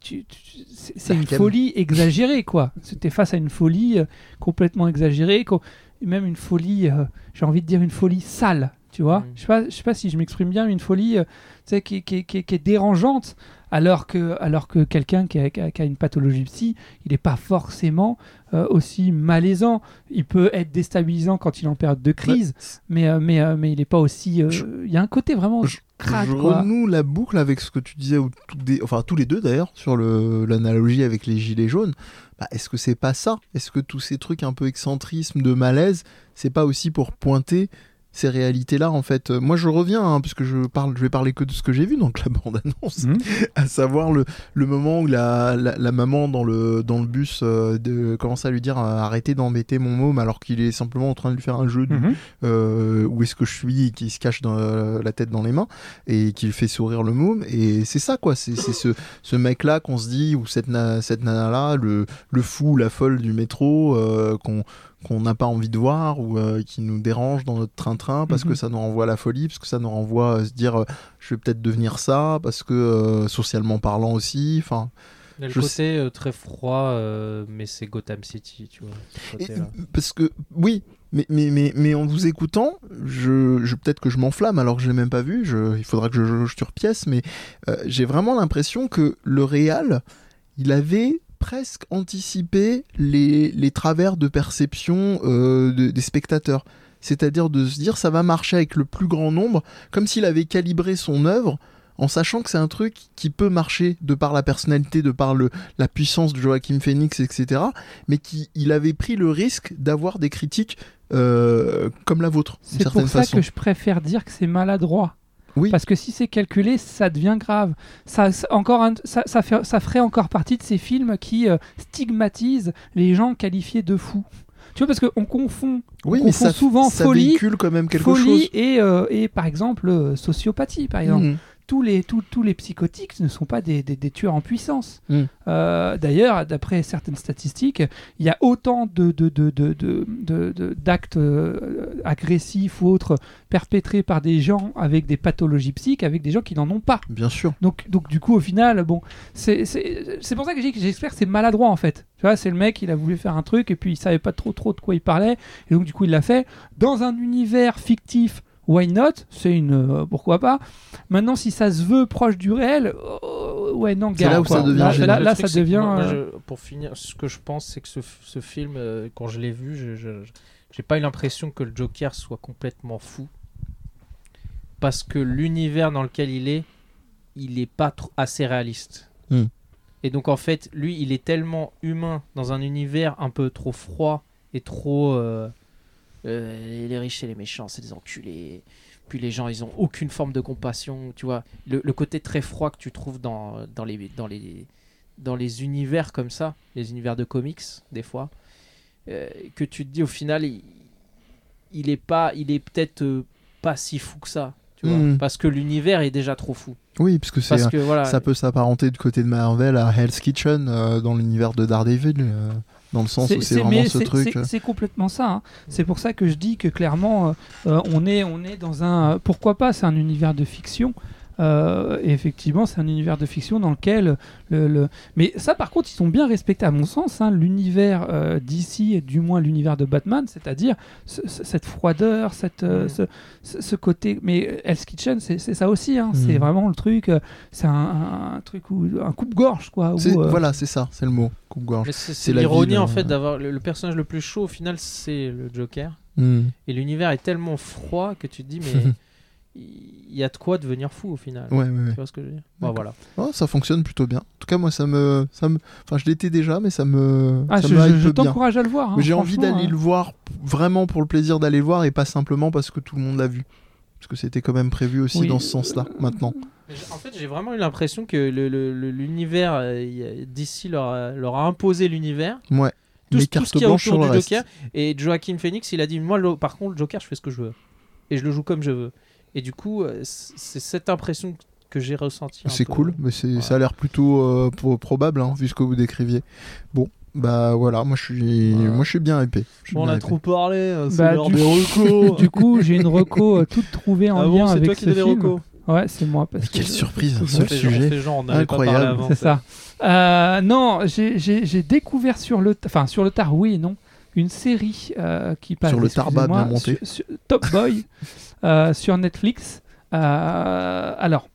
Speaker 2: tu- tu- c'est c'est une
Speaker 1: Arkham.
Speaker 2: folie exagérée, quoi. C'était face à une folie euh, complètement exagérée, co- et même une folie, euh, j'ai envie de dire une folie sale, tu vois.
Speaker 3: Mm.
Speaker 2: Je sais pas, je sais pas si je m'exprime bien, mais une folie, euh, tu sais, qui, qui- qui- qui est dérangeante, alors que, alors que quelqu'un qui a, qui a- qui a une pathologie psy, il n'est pas forcément euh, aussi malaisant. Il peut être déstabilisant quand il est en période de crise, mais, euh, mais, euh, mais il n'est pas aussi. euh,
Speaker 1: Je-
Speaker 2: Il y a un côté vraiment
Speaker 1: je-
Speaker 2: crade,
Speaker 1: je
Speaker 2: quoi.
Speaker 1: renoue la boucle avec ce que tu disais, ou tout des- enfin tous les deux d'ailleurs, sur le- l'analogie avec les gilets jaunes. Bah, Est-ce que c'est pas ça Est-ce que tous ces trucs un peu excentrisme, de malaise, c'est pas aussi pour pointer ces réalités-là en fait Euh, Moi je reviens, hein, puisque je, parle, je vais parler que de ce que j'ai vu, donc la bande-annonce,
Speaker 6: Mhm.
Speaker 1: à savoir le, le moment où la, la- la maman dans le, dans le bus euh, de, commence à lui dire euh, arrêtez d'embêter mon môme alors qu'il est simplement en train de lui faire un jeu de
Speaker 2: Mm-hmm.
Speaker 6: Mhm.
Speaker 1: euh, où est-ce que je suis et qui se cache dans, euh, la tête dans les mains et qui lui fait sourire le môme et c'est ça quoi c'est c'est ce, ce mec là qu'on se dit ou cette, na- cette nana là le, le fou la folle du métro euh, qu'on qu'on n'a pas envie de voir ou euh, qui nous dérange dans notre train-train parce
Speaker 2: Mhm.
Speaker 1: que ça nous renvoie à la folie parce que ça nous renvoie à se dire euh, je vais peut-être devenir ça parce que euh, socialement parlant aussi enfin
Speaker 3: Il a le
Speaker 1: Je
Speaker 3: côté euh, très froid, euh, mais c'est Gotham City, tu vois. ce
Speaker 1: Et-
Speaker 3: côté-là.
Speaker 1: parce que oui mais, mais, mais, mais en vous écoutant, je, je- peut-être que je m'enflamme alors que je l'ai même pas vu, je- il faudra que je jauge sur pièce, mais euh, j'ai vraiment l'impression que le Real, il avait presque anticipé les, les travers de perception euh, de- des spectateurs. C'est-à-dire de se dire ça va marcher avec le plus grand nombre, comme s'il avait calibré son œuvre en sachant que c'est un truc qui peut marcher de par la personnalité, de par le, la puissance de Joachim Phoenix, etc mais qui il avait pris le risque d'avoir des critiques euh, comme la vôtre, d'une
Speaker 2: C'est
Speaker 1: certaine
Speaker 2: pour ça
Speaker 1: façon.
Speaker 2: que je préfère dire que c'est maladroit.
Speaker 1: Oui.
Speaker 2: Parce que si c'est calculé, ça devient grave. Ça, ça- encore un- ça, ça fait- ça ferait encore partie de ces films qui euh, stigmatisent les gens qualifiés de fous. Tu vois, parce qu'on confond
Speaker 1: Oui,
Speaker 2: on
Speaker 1: mais
Speaker 2: confond
Speaker 1: ça,
Speaker 2: souvent
Speaker 1: ça
Speaker 2: folie-
Speaker 1: véhicule quand même quelque
Speaker 2: folie
Speaker 1: chose.
Speaker 2: et, euh, et, par exemple, euh, sociopathie, par exemple
Speaker 1: Mhm.
Speaker 2: tous les, tous, tous les psychotiques ne sont pas des, des- des tueurs en puissance.
Speaker 1: Mm.
Speaker 2: Euh, D'ailleurs, d'après certaines statistiques, il y a autant de- de- de- de- de- de- de- d'actes euh, agressifs ou autres perpétrés par des gens avec des pathologies psychiques, avec des gens qui n'en ont pas.
Speaker 1: Bien sûr.
Speaker 2: Donc, donc du coup, au final, bon, c'est c'est- c'est pour ça que j'ai dit que j'espère que c'est maladroit en fait. Tu vois, c'est le mec, il a voulu faire un truc et puis il savait pas trop trop de quoi il parlait et donc du coup il l'a fait dans un univers fictif. Why not C'est une euh, pourquoi pas. Maintenant, si ça se veut proche du réel, euh, ouais non,
Speaker 1: C'est
Speaker 2: gars,
Speaker 1: là où ça
Speaker 2: quoi.
Speaker 1: devient
Speaker 2: là,
Speaker 1: gênant.
Speaker 2: là-
Speaker 3: Le
Speaker 2: là,
Speaker 3: truc,
Speaker 2: ça
Speaker 3: c'est que
Speaker 2: devient.
Speaker 3: moi- moi,
Speaker 2: euh,
Speaker 3: je- pour finir, ce que je pense, c'est que ce, ce film, euh, quand je l'ai vu, je- je je- j'ai pas eu l'impression que le Joker soit complètement fou. Parce que l'univers dans lequel il est, il est pas trop- assez réaliste.
Speaker 1: Hmm.
Speaker 3: Et donc, en fait, lui, il est tellement humain dans un univers un peu trop froid et trop. euh,
Speaker 7: Euh, les riches et les méchants, c'est des enculés.
Speaker 3: puis les gens, ils ont aucune forme de compassion, tu vois. Le, le côté très froid que tu trouves dans, dans, les, dans, les, dans les univers comme ça, les univers de comics, des fois, euh, que tu te dis au final, il, il est pas, il est peut-être euh, pas si fou que ça, tu vois,
Speaker 1: Mhm.
Speaker 3: parce que l'univers est déjà trop fou.
Speaker 1: Oui, puisque c'est
Speaker 3: Parce que voilà,
Speaker 1: ça peut s'apparenter du côté de Marvel à Hell's Kitchen euh, dans l'univers de Daredevil, euh, dans le sens où c'est vraiment
Speaker 2: mais
Speaker 1: ce
Speaker 2: c'est-
Speaker 1: truc.
Speaker 2: c'est-
Speaker 1: euh,
Speaker 2: C'est complètement ça. hein. C'est pour ça que je dis que clairement, euh, euh, on, est, on est dans un. Pourquoi pas C'est un univers de fiction. Euh, et effectivement, c'est un univers de fiction dans lequel. Le, le- Mais ça, par contre, ils ont bien respecté, à mon sens, hein, l'univers euh, d'ici, et du moins l'univers de Batman, c'est-à-dire ce- ce- cette froideur, cette, euh,
Speaker 3: Mm.
Speaker 2: ce, ce- ce côté. Mais Hell's Kitchen, c'est c'est ça aussi. hein. C'est
Speaker 1: Mm.
Speaker 2: vraiment le truc. euh, C'est un, un- un truc où. Un coupe-gorge, quoi. où,
Speaker 1: c'est-
Speaker 2: euh,
Speaker 1: Voilà, c'est ça, c'est le mot. Coupe-gorge.
Speaker 3: Mais c'est- c'est
Speaker 1: la
Speaker 3: l'ironie
Speaker 1: ville,
Speaker 3: en
Speaker 1: euh,
Speaker 3: fait d'avoir le, le personnage le plus chaud au final, c'est le Joker.
Speaker 1: Hmm.
Speaker 3: Et l'univers est tellement froid que tu te dis, mais il y a de quoi devenir fou au final.
Speaker 1: Ouais, ouais, ouais.
Speaker 3: Tu vois ce que je veux dire Bon, voilà.
Speaker 1: Oh, ça fonctionne plutôt bien. En tout cas, moi, ça me. Ça me... Enfin, je l'étais déjà, mais ça me.
Speaker 2: Ah,
Speaker 1: ça
Speaker 2: je,
Speaker 1: me
Speaker 2: je-
Speaker 1: hype
Speaker 2: je
Speaker 1: bien.
Speaker 2: t'encourage à le voir. hein,
Speaker 1: Mais J'ai envie
Speaker 2: franchement,
Speaker 1: d'aller
Speaker 2: hein.
Speaker 1: le voir p- vraiment pour le plaisir d'aller le voir et pas simplement parce que tout le monde l'a vu. Parce que c'était quand même prévu aussi
Speaker 2: Oui,
Speaker 1: dans ce sens-là, maintenant.
Speaker 3: Mais j'- En fait, j'ai vraiment eu l'impression que le- le- le- l'univers euh, y a- d'ici leur, a- leur a imposé l'univers.
Speaker 1: Ouais.
Speaker 3: Tout,
Speaker 1: Mais
Speaker 3: ce- tout
Speaker 1: carte
Speaker 3: ce qu'il y a
Speaker 1: blanche
Speaker 3: autour
Speaker 1: sur
Speaker 3: du
Speaker 1: le reste.
Speaker 3: Joker. Et Joaquin Phoenix, il a dit Moi, le- par contre, le Joker, je fais ce que je veux. Et je le joue comme je veux. Et du coup, euh, c- c'est cette impression que j'ai ressentie. un
Speaker 1: C'est
Speaker 3: peu.
Speaker 1: cool, mais c'est- ça a l'air plutôt euh, pro- probable, hein, vu ce que vous décriviez. Bon, bah voilà, moi je suis,
Speaker 3: Voilà.
Speaker 1: moi, je suis bien hypé. Je suis
Speaker 3: Bon, on
Speaker 1: bien
Speaker 3: a
Speaker 1: hypé.
Speaker 3: trop parlé, euh, c'est
Speaker 2: Bah,
Speaker 3: l'heure
Speaker 2: du-
Speaker 3: des recos.
Speaker 2: Du coup, j'ai une reco euh, toute trouvée en
Speaker 3: Ah
Speaker 2: lien
Speaker 3: bon, c'est
Speaker 2: avec
Speaker 3: toi qui
Speaker 2: ce
Speaker 3: donnes les
Speaker 2: film.
Speaker 3: recos.
Speaker 2: Ouais, c'est moi. Parce
Speaker 1: Mais quelle
Speaker 2: que-
Speaker 1: surprise, un
Speaker 3: On
Speaker 1: seul
Speaker 3: fait genre- on
Speaker 1: sujet.
Speaker 3: fait genre, on n'avait pas parlé
Speaker 1: Incroyable.
Speaker 3: avant,
Speaker 2: C'est ça. Euh, non, j'ai- j'ai j'ai découvert sur le, ta- enfin sur le tard, oui et non, une série euh, qui passe
Speaker 1: Sur le tard bas
Speaker 2: excusez-moi,
Speaker 1: bien monté.
Speaker 2: sur- sur- Top Boy euh, sur Netflix. Euh, alors,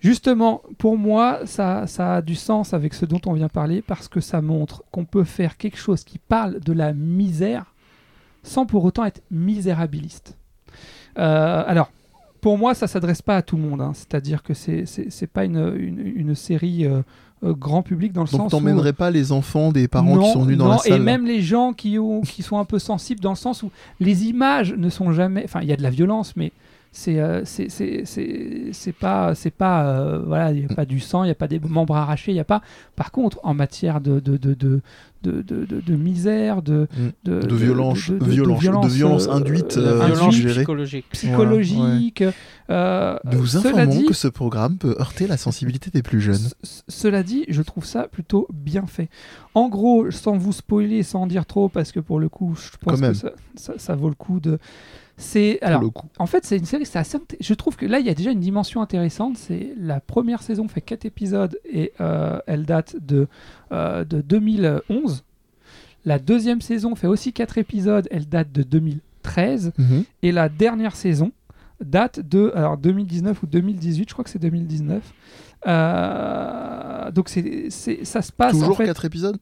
Speaker 2: justement, pour moi, ça, ça a du sens avec ce dont on vient parler parce que ça montre qu'on peut faire quelque chose qui parle de la misère sans pour autant être misérabiliste. Euh, alors pour moi, ça s'adresse pas à tout le monde. hein. C'est-à-dire que c'est c'est c'est pas une, une, une série euh, euh, grand public dans le
Speaker 1: Donc
Speaker 2: sens où
Speaker 1: t'emmènerais pas les enfants des parents
Speaker 2: non,
Speaker 1: qui sont venus dans
Speaker 2: non,
Speaker 1: la salle
Speaker 2: et
Speaker 1: là
Speaker 2: même les gens qui, ont, qui sont un peu sensibles dans le sens où les images ne sont jamais. Enfin, il y a de la violence, mais c'est euh, c'est- c'est- c'est- c'est pas c'est pas euh, voilà il y a pas du sang il y a pas des membres arrachés il y a pas par contre en matière de de de de de, de- de- de misère de
Speaker 1: Mm. De violence- violence- de violence induite,
Speaker 3: La
Speaker 1: Euh,
Speaker 3: violence
Speaker 1: suggérée.
Speaker 3: psychologique.
Speaker 2: psychologique. euh,
Speaker 1: Nous vous
Speaker 2: cela
Speaker 1: informons
Speaker 2: dit,
Speaker 1: que ce programme peut heurter la sensibilité des plus jeunes.
Speaker 2: ce- ce- cela dit, je trouve ça plutôt bien fait. En gros, sans vous spoiler, sans en dire trop, parce que pour le coup, je pense
Speaker 1: même.
Speaker 2: que ça, ça- ça vaut le coup de. C'est
Speaker 1: Pour
Speaker 2: alors,
Speaker 1: le coup.
Speaker 2: en fait, c'est une série, c'est assez inté- Je trouve que là, il y a déjà une dimension intéressante. C'est la première saison fait 4 épisodes et euh, elle date de, euh, de 2011. La deuxième saison fait aussi 4 épisodes, elle date de 2013.
Speaker 1: Mhm.
Speaker 2: Et la dernière saison date de alors 2019 ou 2018, je crois que c'est 2019. Euh, donc c'est, Ah, c'est- ça se passe en
Speaker 1: Toujours
Speaker 2: fait
Speaker 1: 4 épisodes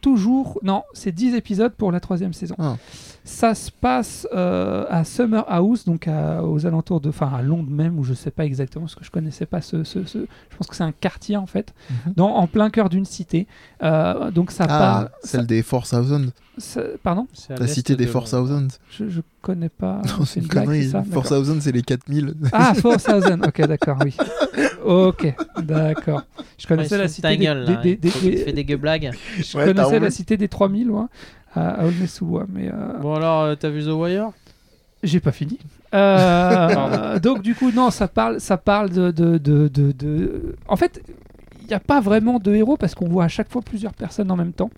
Speaker 2: toujours. Non, c'est 10 épisodes pour la troisième saison.
Speaker 1: Ah.
Speaker 2: Ça se passe euh, à Summer House, donc à- aux alentours de. Enfin, à Londres même, où je sais pas exactement, parce que je connaissais pas ce. ce- ce- je pense que c'est un quartier en fait,
Speaker 1: Mhm.
Speaker 2: dans, en plein cœur d'une cité. Euh, donc ça
Speaker 1: Ah,
Speaker 2: part.
Speaker 1: celle des 4000.
Speaker 2: ça- pardon
Speaker 3: C'est à
Speaker 1: La
Speaker 3: l'est
Speaker 1: cité des
Speaker 3: de-
Speaker 1: 4000.
Speaker 2: je, je connais pas.
Speaker 1: Non, c'est une
Speaker 2: blague,
Speaker 1: connerie.
Speaker 2: ça D'accord.
Speaker 1: 4000, c'est les 4000.
Speaker 2: Ah, 4000, ok, d'accord, oui. Ok, d'accord. Je connaissais la cité des,
Speaker 3: gueule,
Speaker 2: des-
Speaker 3: là, hein.
Speaker 2: des- des-
Speaker 3: il
Speaker 2: des-
Speaker 3: fait des gueux blagues.
Speaker 2: je
Speaker 1: Ouais, t'as
Speaker 2: connaissais la
Speaker 1: roulé.
Speaker 2: cité des 3000, moi, à à Aulnay-sous-Bois, mais euh,
Speaker 3: Bon alors, euh, t'as vu The Wire
Speaker 2: j'ai pas fini. Euh, donc du coup, non, ça parle, ça parle de, de, de, de- de- En fait, il n'y a pas vraiment de héros parce qu'on voit à chaque fois plusieurs personnes en même temps.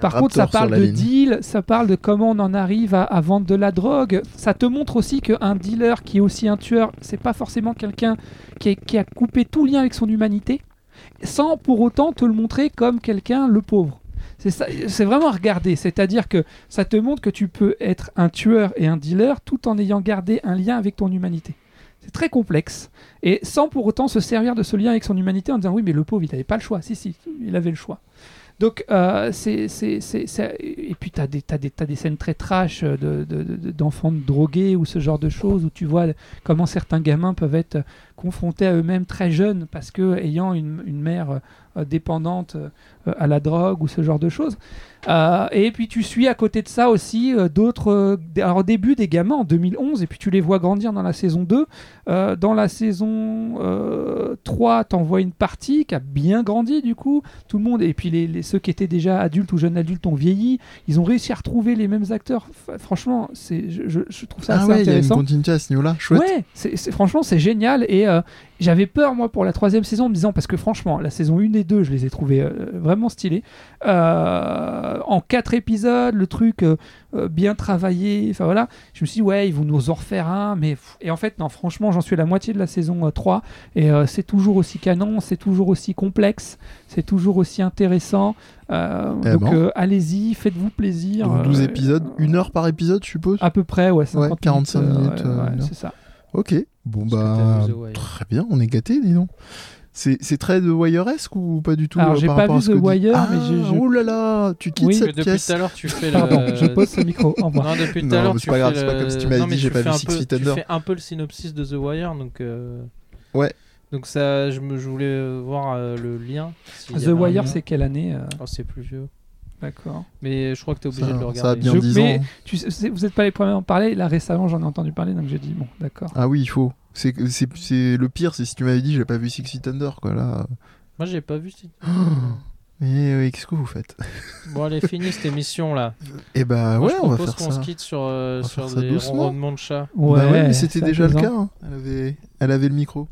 Speaker 2: Par contre, ça parle de deal, ça parle de comment on en arrive à, à vendre de la drogue. Ça te montre aussi qu'un dealer qui est aussi un tueur, c'est pas forcément quelqu'un qui, est- qui a coupé tout lien avec son humanité, sans pour autant te le montrer comme quelqu'un le pauvre. C'est ça- c'est vraiment à regarder. C'est-à-dire que ça te montre que tu peux être un tueur et un dealer tout en ayant gardé un lien avec ton humanité. C'est très complexe. Et sans pour autant se servir de ce lien avec son humanité en disant oui, mais le pauvre, il n'avait pas le choix. Si, si, il avait le choix. Donc, euh, c'est, c'est, c'est, c'est- Et puis, tu as des, t'as des, t'as des scènes très trash euh, de, de- de- d'enfants drogués ou ce genre de choses, où tu vois comment certains gamins peuvent être confrontés à eux-mêmes très jeunes parce que ayant une, une mère euh, dépendante euh, à la drogue ou ce genre de choses. Euh, et puis, tu suis à côté de ça aussi euh, d'autres... euh, des- alors, au début, des gamins en 2011, et puis tu les vois grandir dans la saison 2. Euh, dans la saison euh, 3, tu vois une partie qui a bien grandi, du coup tout le monde, et puis les, les- ceux qui étaient déjà adultes ou jeunes adultes ont vieilli, ils ont réussi à retrouver les mêmes acteurs. F- franchement, c'est, je, je- je trouve ça
Speaker 1: Ah
Speaker 2: assez
Speaker 1: ouais, il y a une
Speaker 2: intéressant.
Speaker 1: continuité à ce niveau-là. Chouette.
Speaker 2: Ouais, c'est, c'est- franchement, c'est génial. Et euh, j'avais peur, moi, pour la troisième saison, en me disant, parce que franchement, la saison 1 et 2, je les ai trouvées euh, vraiment stylées. Euh, en quatre épisodes, le truc euh, euh, bien travaillé. Enfin voilà, je me suis dit, ouais, ils vont nous en refaire un. Mais... pff. Et en fait, non, franchement, j'en suis à la moitié de la saison euh, 3. Et euh, c'est toujours aussi canon, c'est toujours aussi complexe, c'est toujours aussi intéressant. Euh,
Speaker 1: Eh
Speaker 2: donc
Speaker 1: ben.
Speaker 2: euh, allez-y, faites-vous plaisir.
Speaker 1: Donc 12
Speaker 2: Euh, Ah.
Speaker 1: épisodes,
Speaker 2: euh,
Speaker 1: 1 heure par épisode, je suppose.
Speaker 2: À peu près, ouais, 50
Speaker 1: 45
Speaker 2: euh,
Speaker 1: minutes,
Speaker 2: ouais,
Speaker 1: euh,
Speaker 2: ouais,
Speaker 1: une heure.
Speaker 2: c'est ça.
Speaker 1: Ok.
Speaker 8: Ah,
Speaker 1: Bon
Speaker 3: Parce que t'as
Speaker 1: bah
Speaker 3: vu The Wire.
Speaker 1: très bien, on est gâtés, dis donc.
Speaker 8: C'est c'est très The Wire-esque ou pas du tout
Speaker 2: Alors,
Speaker 8: euh,
Speaker 2: j'ai
Speaker 8: par
Speaker 2: pas
Speaker 8: rapport
Speaker 2: vu
Speaker 8: à ce
Speaker 2: The
Speaker 8: que dit-
Speaker 2: Wire,
Speaker 8: ah,
Speaker 2: mais je- je-
Speaker 8: Oh là là, tu quittes
Speaker 2: Oui.
Speaker 8: cette
Speaker 3: depuis
Speaker 8: pièce.
Speaker 3: tout à l'heure, tu fais
Speaker 2: Pardon,
Speaker 3: le.
Speaker 2: je pose le micro. Au revoir.
Speaker 3: Euh, Non, depuis tout
Speaker 8: Non,
Speaker 3: à l'heure,
Speaker 8: mais c'est
Speaker 3: tu
Speaker 8: pas
Speaker 3: fais
Speaker 8: grave, c'est pas
Speaker 3: le-
Speaker 8: comme si tu m'avais
Speaker 3: Non, mais
Speaker 8: dit, j'ai
Speaker 3: tu
Speaker 8: pas
Speaker 3: fais
Speaker 8: vu
Speaker 3: un
Speaker 8: Six
Speaker 3: peu-
Speaker 8: Feet
Speaker 3: Tu
Speaker 8: Under.
Speaker 3: fais un peu le synopsis de The Wire, donc. euh,
Speaker 8: Ouais.
Speaker 3: Donc ça, je, me, je voulais euh, voir euh, le lien. s'il y
Speaker 2: The
Speaker 3: avait un
Speaker 2: Wire,
Speaker 3: lien.
Speaker 2: c'est quelle année euh,
Speaker 3: Oh, c'est plus vieux.
Speaker 2: D'accord.
Speaker 3: Mais je crois que t'es obligé
Speaker 8: Ça,
Speaker 3: de le
Speaker 8: ça a
Speaker 3: regarder.
Speaker 8: bien
Speaker 2: Je-
Speaker 8: 10
Speaker 2: mais-
Speaker 8: ans.
Speaker 2: Tu sais, vous n'êtes pas les premiers à en parler. Là, récemment, j'en ai entendu parler, donc j'ai dit bon, d'accord.
Speaker 8: Ah oui, il faut. C'est c'est- c'est- le pire, c'est si tu m'avais dit j'ai pas vu Six Feet Under quoi là.
Speaker 3: Moi, j'ai pas vu. cette-
Speaker 8: Mais euh, qu'est-ce que vous faites
Speaker 3: Bon, allez, finis cette émission là.
Speaker 8: Eh bah
Speaker 3: Moi,
Speaker 8: ouais,
Speaker 3: je
Speaker 8: on va
Speaker 3: propose
Speaker 8: faire
Speaker 3: qu'on
Speaker 8: ça.
Speaker 3: se quitte sur, euh,
Speaker 8: On va
Speaker 3: sur
Speaker 8: faire ça
Speaker 3: des
Speaker 8: doucement.
Speaker 3: ronronnements de chat.
Speaker 8: Bah ouais, mais c'était
Speaker 2: ça
Speaker 8: déjà le
Speaker 2: plaisant.
Speaker 8: cas. hein. Elle avait elle avait le micro.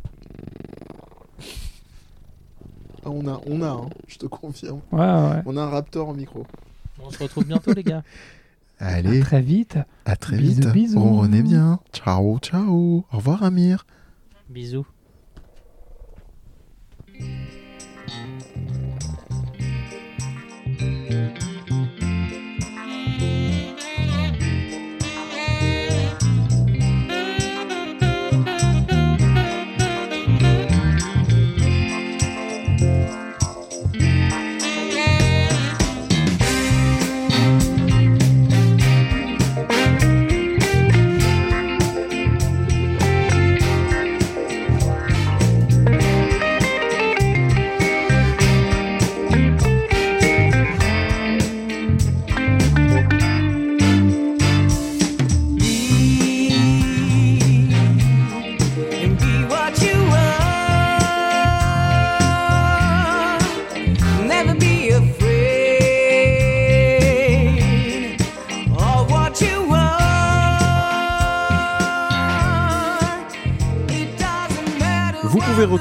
Speaker 8: Ah, on a on a hein, je te confirme.
Speaker 2: Ouais, ouais.
Speaker 8: On a un raptor en micro.
Speaker 3: On se retrouve bientôt, les gars.
Speaker 8: Allez,
Speaker 2: À très vite.
Speaker 8: à très
Speaker 2: Bisous,
Speaker 8: vite.
Speaker 2: bisous.
Speaker 8: Ronronnez bien. Ciao, ciao. Au revoir Amir.
Speaker 3: Bisous.
Speaker 6: and be what you are. Never be afraid of what you are. It doesn't matter.
Speaker 1: Vous pouvez